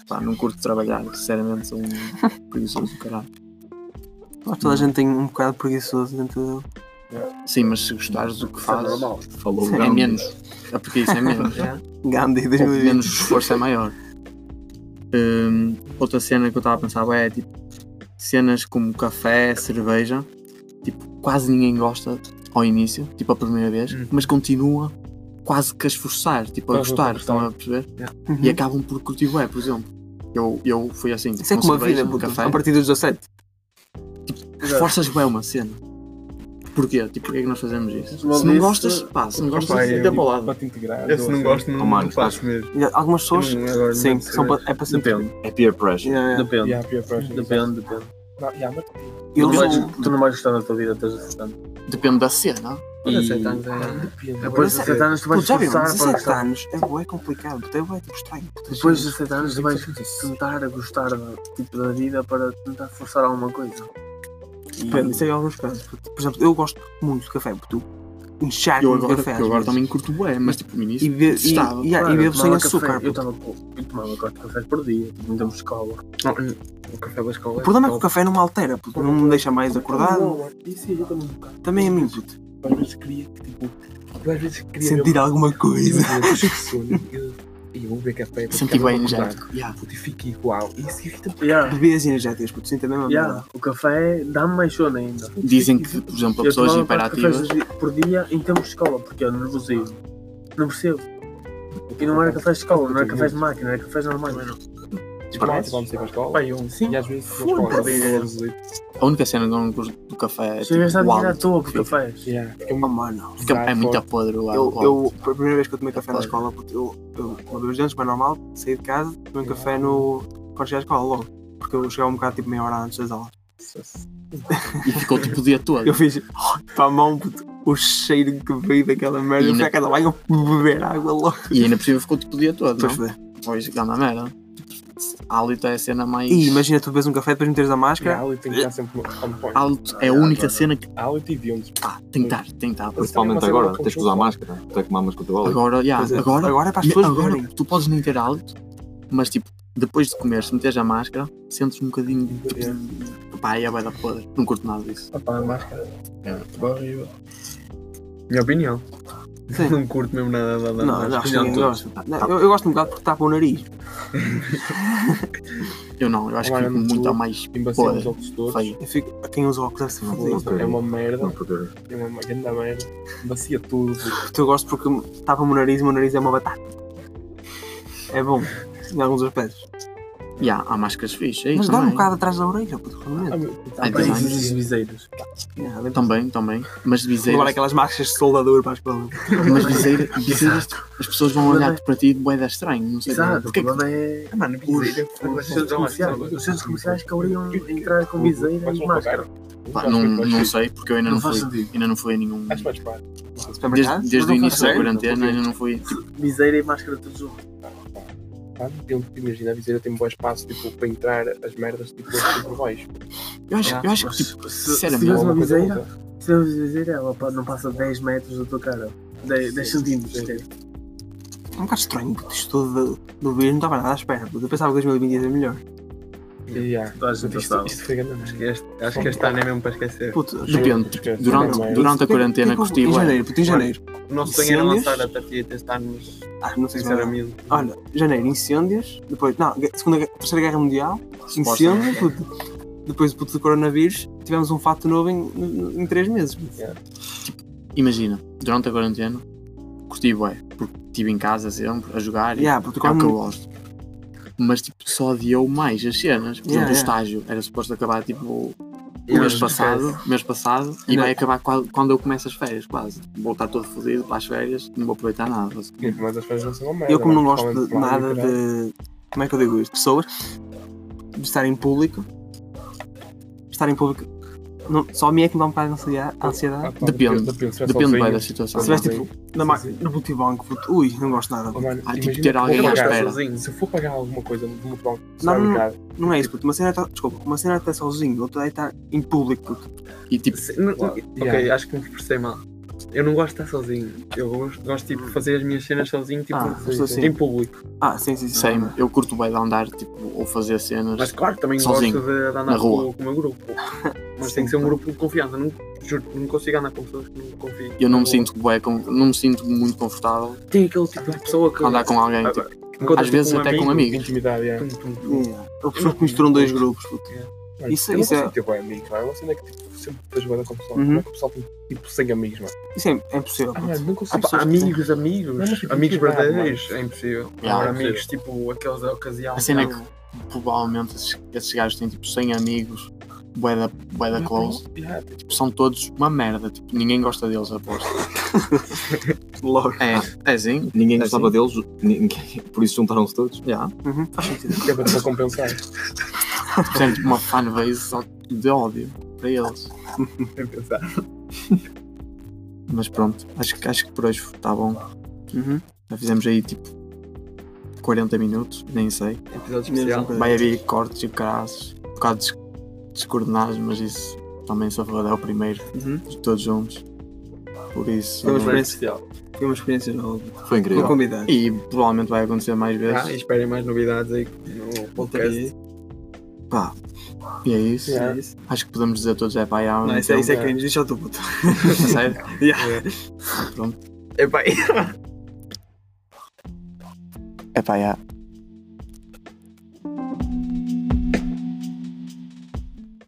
Speaker 4: pá, não curto trabalhar, sinceramente sou um preguiçoso do caralho.
Speaker 2: Mas
Speaker 4: Hum.
Speaker 2: toda a gente tem um bocado preguiçoso dentro de...
Speaker 4: Sim, mas se gostares do que fazes,
Speaker 7: Falou
Speaker 4: é
Speaker 7: Gandhi.
Speaker 4: menos, a preguiça é menos.
Speaker 2: Gandhi
Speaker 4: Ou pelo
Speaker 2: 2020.
Speaker 4: menos o esforço é maior. Hum, outra cena que eu estava a pensar bué é tipo cenas como café, cerveja, tipo, quase ninguém gosta ao início, tipo a primeira vez, mas continua quase que a esforçar, tipo a
Speaker 6: Quase
Speaker 4: gostar,
Speaker 6: a gostar.
Speaker 4: estão a perceber?
Speaker 2: Uhum.
Speaker 4: E acabam por curtir bué, por exemplo. Eu, eu fui assim,
Speaker 2: Isso é
Speaker 4: com
Speaker 2: como a
Speaker 4: cerveja,
Speaker 2: vida, é? puto.
Speaker 4: café,
Speaker 2: A partir dos 17.
Speaker 4: forças bué uma cena. Porquê? Tipo, porquê é que nós fazemos isso?
Speaker 5: Não
Speaker 4: Se não
Speaker 5: disse-
Speaker 4: gostas, pá, se não gostas,
Speaker 5: Opa, eu-
Speaker 4: dá para o lado.
Speaker 6: Para te integrar.
Speaker 5: Eu se não gosto, não,
Speaker 7: Oh, mano,
Speaker 5: não faço mesmo.
Speaker 2: E Algumas pessoas,
Speaker 4: É
Speaker 5: Eu não-
Speaker 4: um
Speaker 5: agora
Speaker 2: sim,
Speaker 5: não
Speaker 2: são
Speaker 5: sei.
Speaker 2: pa- é para sempre.
Speaker 5: Depende,
Speaker 7: É peer pressure.
Speaker 2: Yeah, yeah.
Speaker 5: depende.
Speaker 6: Yeah, peer pressure,
Speaker 5: Depende, depende.
Speaker 6: Não, yeah, mas-
Speaker 5: Tu
Speaker 2: Eu
Speaker 5: não,
Speaker 2: sou-
Speaker 5: vais, tu não vais gostar da tua vida até os 17 anos.
Speaker 4: Depende da cena.
Speaker 5: Aos
Speaker 4: E-
Speaker 5: 17 anos é.
Speaker 6: Depende.
Speaker 5: Depois dos 17 anos tu vais
Speaker 2: Puto, já viram?
Speaker 5: começar para
Speaker 2: 17
Speaker 5: gostar.
Speaker 2: anos é bué complicado, puto, é bué tipo estranho. puto.
Speaker 5: Depois dos 17 anos tu vais tentar a gostar do tipo da vida para tentar forçar alguma coisa.
Speaker 2: Depende, isso é em alguns casos. puto. Por exemplo, eu gosto muito de café, puto.
Speaker 4: Eu
Speaker 2: Encharco de
Speaker 4: agora,
Speaker 2: café. às
Speaker 4: eu agora
Speaker 2: vezes.
Speaker 4: também curto bué, mas tipo, no
Speaker 2: E,
Speaker 4: início
Speaker 2: be e,
Speaker 4: Estava,
Speaker 2: e, yeah, e
Speaker 5: Claro,
Speaker 2: bebo sem
Speaker 5: tomava café.
Speaker 2: açúcar.
Speaker 5: Eu
Speaker 2: puto.
Speaker 5: tomava, eu tomava 4 cafés por dia, tipo, não temos escola. Não, o café da escola
Speaker 2: O problema é que o café não me altera, puto. não me deixa mais acordado.
Speaker 6: Não, mano, Isso aí ajuda-me um bocado.
Speaker 2: Também é a mim, puto.
Speaker 6: Eu Às vezes queria que, tipo. Eu às vezes queria.
Speaker 2: Sentir alguma coisa.
Speaker 6: E eu vou ver café. porque
Speaker 4: senti
Speaker 6: eu vou
Speaker 4: bué
Speaker 6: acordar.
Speaker 4: injeto. Yeah.
Speaker 6: Puta, e fica igual. Isso irrita-me.
Speaker 5: Yeah,
Speaker 2: Bebidas energéticas, puto. Sinto a mesma merda.
Speaker 5: yeah, o café dá-me mais sono ainda.
Speaker 4: Dizem que, por exemplo,
Speaker 5: Eu
Speaker 4: pessoas
Speaker 5: tomava quatro
Speaker 4: hiperativas.
Speaker 5: cafés di- por dia em termos de escola, porque eu nervosismo. Não percebo. E não era café de escola, não era café de máquina, era café normal.
Speaker 6: Tipo, nós vamos ir para a escola.
Speaker 5: Pai, um sim.
Speaker 6: E às vezes.
Speaker 5: Foda-se.
Speaker 4: A única cena que eu não gosto do café é
Speaker 5: Chegas a
Speaker 4: tipo, o
Speaker 5: dinheiro à
Speaker 4: álcool.
Speaker 5: toa por cafés.
Speaker 6: Yeah.
Speaker 2: Oh, mano.
Speaker 4: Porque é muito apodre o
Speaker 2: Eu,
Speaker 4: álcool.
Speaker 2: eu, a primeira vez que eu tomei café na escola, puto, eu, eu lavei os dentes, mas normal, saí de casa, tomei um café no. quando cheguei à escola logo. Porque eu chegava um bocado tipo meia hora antes das aulas.
Speaker 4: E ficou tipo o dia todo.
Speaker 2: Eu fiz para a mão, puto, o cheiro que veio daquela merda.
Speaker 4: E
Speaker 2: Eu fui
Speaker 4: na-
Speaker 2: à casa lá e eu beber água logo.
Speaker 4: E ainda por cima ficou tipo o dia todo,
Speaker 2: Estou a
Speaker 4: não?
Speaker 2: foder.
Speaker 4: Pois, grande merda. Hálito é a cena mais...
Speaker 2: E imagina, tu bebes um café, depois meteres a
Speaker 6: A
Speaker 2: máscara.
Speaker 6: Ali tem que estar sempre on point.
Speaker 4: Hálito é a única cena que...
Speaker 6: A um Ali teve onde.
Speaker 4: Ah, tentar, tentar.
Speaker 6: é
Speaker 7: Principalmente agora, tens que usar máscara. Tu é que mamas com o teu óleo.
Speaker 4: Agora, já,
Speaker 2: é. Pois é,
Speaker 4: Ah, agora...
Speaker 2: agora é para as
Speaker 4: me-
Speaker 2: pessoas
Speaker 4: Agora,
Speaker 2: beberem.
Speaker 4: tu podes nem ter hálito, mas tipo, depois de comer, se meteres a máscara, sentes um bocadinho... Tipo, de- pá, aí é bué da podre. Não curto nada disso.
Speaker 5: Opa, a máscara. É, horrível. Minha opinião.
Speaker 2: Sim.
Speaker 5: Não curto mesmo nada da da
Speaker 2: Não, não, acho que
Speaker 5: opinião de
Speaker 2: ninguém
Speaker 5: todos.
Speaker 2: gosta. Não, eu, eu gosto um bocado porque tapa o nariz.
Speaker 4: Eu não, eu acho que
Speaker 6: Agora,
Speaker 4: fico muito
Speaker 6: tu-
Speaker 4: a mais
Speaker 6: Embacei
Speaker 4: Foda.
Speaker 6: os óculos todos.
Speaker 4: feio.
Speaker 2: Eu fico, quem usa óculos deve ser
Speaker 6: Foda-se,
Speaker 2: fodido.
Speaker 7: Ok.
Speaker 6: É uma merda.
Speaker 7: Não, porque eu-
Speaker 6: É uma grande merda. Bacia tudo.
Speaker 2: Porque eu gosto porque tapa-me o nariz e o meu nariz é uma batata. É bom, em alguns aspectos.
Speaker 4: E há, há máscaras fixas aí
Speaker 2: Mas dá
Speaker 4: também.
Speaker 2: um bocado atrás da orelha, puto, realmente.
Speaker 4: Ah,
Speaker 5: Pai,
Speaker 4: design.
Speaker 5: isso dos viseiros.
Speaker 2: Yeah, deve-
Speaker 4: Também, também. Mas de
Speaker 5: é
Speaker 2: Então, Agora
Speaker 4: viseiras,
Speaker 2: aquelas máscaras de soldador tipo, é para as pessoas.
Speaker 4: mas viseira, viseiras as pessoas vão olhar para ti de boeda estranho. Não sei
Speaker 5: é. Exato, o
Speaker 4: porque é que
Speaker 5: problema é.
Speaker 6: Mano,
Speaker 5: Os, os centros comerciais, os centros comerciais que auriam entrar com viseira um e máscara.
Speaker 6: Um
Speaker 4: pá, não, não sei, porque eu ainda não,
Speaker 5: é Não faz
Speaker 4: fui.
Speaker 5: sentido.
Speaker 4: Ainda não fui a nenhum.
Speaker 6: Acho tipo que vais parar.
Speaker 4: Desde,
Speaker 2: Supermercados?
Speaker 4: desde o
Speaker 5: Mas não
Speaker 4: início da
Speaker 5: faz
Speaker 4: quarentena ainda não fui. Tipo,
Speaker 5: Viseira e máscara todos juntos.
Speaker 6: Há muito tempo que imagina a viseira tem um bom espaço tipo, para entrar as merdas tipo, assim por baixo.
Speaker 4: eu acho, eu acho que
Speaker 5: Mas
Speaker 4: tipo,
Speaker 5: se- se
Speaker 4: sinceramente,
Speaker 5: tiveres uma
Speaker 6: Alguma coisa
Speaker 5: viseira,
Speaker 6: outra.
Speaker 5: se tiveres viseira, ela pa- não passa 10 metros da tua cara. 10 10 centímetros,
Speaker 6: Sim.
Speaker 5: quer dizer.
Speaker 2: É um bocado estranho, puto, isto tudo de- do vírus não estava nada à espera. puto. Eu pensava que 2020 ia ser melhor.
Speaker 6: E, yeah.
Speaker 5: Toda a gente
Speaker 6: Isto,
Speaker 5: sabe.
Speaker 6: isto foi grande merda.
Speaker 5: Este- Acho que este ano é mesmo para esquecer.
Speaker 2: Puto,
Speaker 4: Depende.
Speaker 6: Esquece.
Speaker 4: Durante,
Speaker 6: Não, não é.
Speaker 4: durante um a
Speaker 2: que- que-
Speaker 4: quarentena
Speaker 2: que-
Speaker 4: curti
Speaker 2: Em
Speaker 4: bué.
Speaker 2: janeiro, puto, em janeiro.
Speaker 5: o nosso sonho era lançar a T38 este ano, mas
Speaker 2: Ah, não sei se era
Speaker 5: sinceramente.
Speaker 2: Olha, janeiro, incêndios. Depois, não, gue- segunda, Gue- terceira guerra mundial. Incêndio, puto. Depois puto, do coronavírus. Tivemos um fato novo em, em- em três meses. puto.
Speaker 4: Imagina, durante a quarentena, curti bué, porque estive em casa sempre a jogar e
Speaker 2: Yeah,
Speaker 4: é
Speaker 2: puto,
Speaker 4: o que eu
Speaker 2: quando-
Speaker 4: gosto. Mas tipo, só adiou mais as cenas. Por
Speaker 2: Yeah,
Speaker 4: exemplo, o
Speaker 2: yeah.
Speaker 4: estágio era suposto acabar tipo o
Speaker 5: E
Speaker 4: mês
Speaker 5: não,
Speaker 4: passado, mês passado e
Speaker 2: Não.
Speaker 4: vai acabar qua- quando eu começo as férias, quase. Vou estar todo fodido para as férias, não vou aproveitar nada.
Speaker 6: Mas as coisas não são uma merda. né?
Speaker 2: Eu, como não
Speaker 6: mano,
Speaker 2: gosto de
Speaker 6: principalmente
Speaker 2: nada
Speaker 6: para-
Speaker 2: de. Como é que eu digo isto? Pessoas. De estar em público. Estar em público. não- só a mim é que me dá um bocado de ansiedade.
Speaker 6: Ah,
Speaker 2: ansiedade.
Speaker 6: pá,
Speaker 4: Depende.
Speaker 6: Depende, se
Speaker 4: Depende bem da
Speaker 6: sozinho.
Speaker 4: situação.
Speaker 2: Se tivesse
Speaker 6: sozinho.
Speaker 2: tipo. Na ma- no multibanco, puto. Ui, não gosto nada.
Speaker 6: Oh,
Speaker 2: puto.
Speaker 6: mano,
Speaker 4: Ah, tipo,
Speaker 6: imagina
Speaker 4: ter
Speaker 6: que eu
Speaker 4: alguém à
Speaker 6: vou pagar-
Speaker 4: espera.
Speaker 5: sozinho.
Speaker 6: Se eu for pagar alguma coisa no meu banco,
Speaker 2: Não,
Speaker 6: sabe,
Speaker 2: não,
Speaker 6: cara,
Speaker 2: Não é isso, puto. Uma cena está. Desculpa, uma cena está sozinho, outra está em público, puto.
Speaker 4: E tipo,
Speaker 5: Se- não-
Speaker 6: Claro.
Speaker 5: Ok,
Speaker 6: Yeah.
Speaker 5: acho que me expressei mal. Eu não gosto de estar sozinho. Eu gosto, gosto tipo, de fazer as minhas cenas sozinho, tipo,
Speaker 2: Ah, estou assim.
Speaker 5: em público.
Speaker 2: Ah, sim, sim, sim.
Speaker 4: Same, eu curto bem de andar tipo, ou fazer cenas.
Speaker 5: Mas claro, também
Speaker 4: Sozinho,
Speaker 5: gosto de, de andar
Speaker 4: na rua.
Speaker 5: Com, com o meu grupo. Mas
Speaker 2: Sim,
Speaker 5: tem que ser um
Speaker 2: claro.
Speaker 5: grupo de confiança. Não, juro, não consigo andar com pessoas que não confio.
Speaker 4: eu não me
Speaker 5: Na
Speaker 4: sinto bué, com- não me sinto muito confortável
Speaker 5: rua. Tem aquele tipo de pessoa que.
Speaker 4: andar com alguém.
Speaker 5: Ah,
Speaker 4: tipo,
Speaker 5: encontras,
Speaker 4: às vezes
Speaker 5: um
Speaker 4: até com
Speaker 5: amigo,
Speaker 4: amigos.
Speaker 6: intimidade, é.
Speaker 5: Pum, pum, pum.
Speaker 2: Yeah. Ou pessoas que misturam dois grupos, puto.
Speaker 6: Mano,
Speaker 2: Isso-
Speaker 6: eu não
Speaker 2: isso é-
Speaker 6: consigo ter bem amigos, mano. É uma cena que tipo, sempre estás jogando com o pessoal.
Speaker 2: Uhum.
Speaker 6: Como é que o pessoal tem tipo 100 amigos, mano?
Speaker 2: Isso é, é impossível,
Speaker 6: Ah,
Speaker 2: puto.
Speaker 6: mano, não consigo.
Speaker 5: Ah, pá,
Speaker 6: pessoas que têm-
Speaker 5: amigos, amigos.
Speaker 6: Não, mas tipo,
Speaker 5: amigos
Speaker 6: privado,
Speaker 5: verdadeiros. É impossível.
Speaker 4: Yeah,
Speaker 5: Agora,
Speaker 6: é impossível.
Speaker 5: amigos tipo aqueles da ocasião.
Speaker 4: A cena é
Speaker 5: não.
Speaker 4: provavelmente esses, esses gajos têm tipo 100 amigos, bué da, bué da close.
Speaker 6: Yeah, tipo,
Speaker 4: Tipo, são todos uma merda. Tipo, ninguém gosta deles, aposto.
Speaker 2: Logo.
Speaker 4: É, é sim.
Speaker 7: Ninguém
Speaker 4: É
Speaker 7: gostava deles, ninguém- por isso juntaram-se todos.
Speaker 4: Já.
Speaker 2: Uhum. Faz sentido.
Speaker 6: que é para para compensar.
Speaker 4: Sempre tipo, uma fanbase só de ódio para eles.
Speaker 6: Tem que pensar.
Speaker 4: Mas pronto, acho, que- acho que por hoje está bom.
Speaker 2: Uhum.
Speaker 4: Já fizemos aí tipo 40 minutos, nem sei.
Speaker 5: Episódio
Speaker 2: Menos um
Speaker 5: especial.
Speaker 2: bocadinho.
Speaker 4: Vai haver cortes e caras, um bocado des- descoordenados, mas isso também só vou dar o primeiro
Speaker 2: Uhum.
Speaker 4: de todos juntos. Por isso.
Speaker 2: Vamos
Speaker 4: não-
Speaker 2: ver.
Speaker 5: Episódio especial.
Speaker 2: Foi uma experiência nova.
Speaker 7: Foi
Speaker 2: Vou
Speaker 7: incrível.
Speaker 2: convidar.
Speaker 4: E provavelmente vai acontecer mais
Speaker 5: Ah, e
Speaker 4: vezes.
Speaker 5: esperem mais novidades aí no podcast.
Speaker 2: Voltaria.
Speaker 4: E é isso.
Speaker 2: É isso.
Speaker 4: Acho que podemos dizer todos é pá, já,
Speaker 2: Não, isso é, isso é cringe. Deixa o teu puto.
Speaker 4: é sério.
Speaker 5: Epá,
Speaker 4: É pá, já.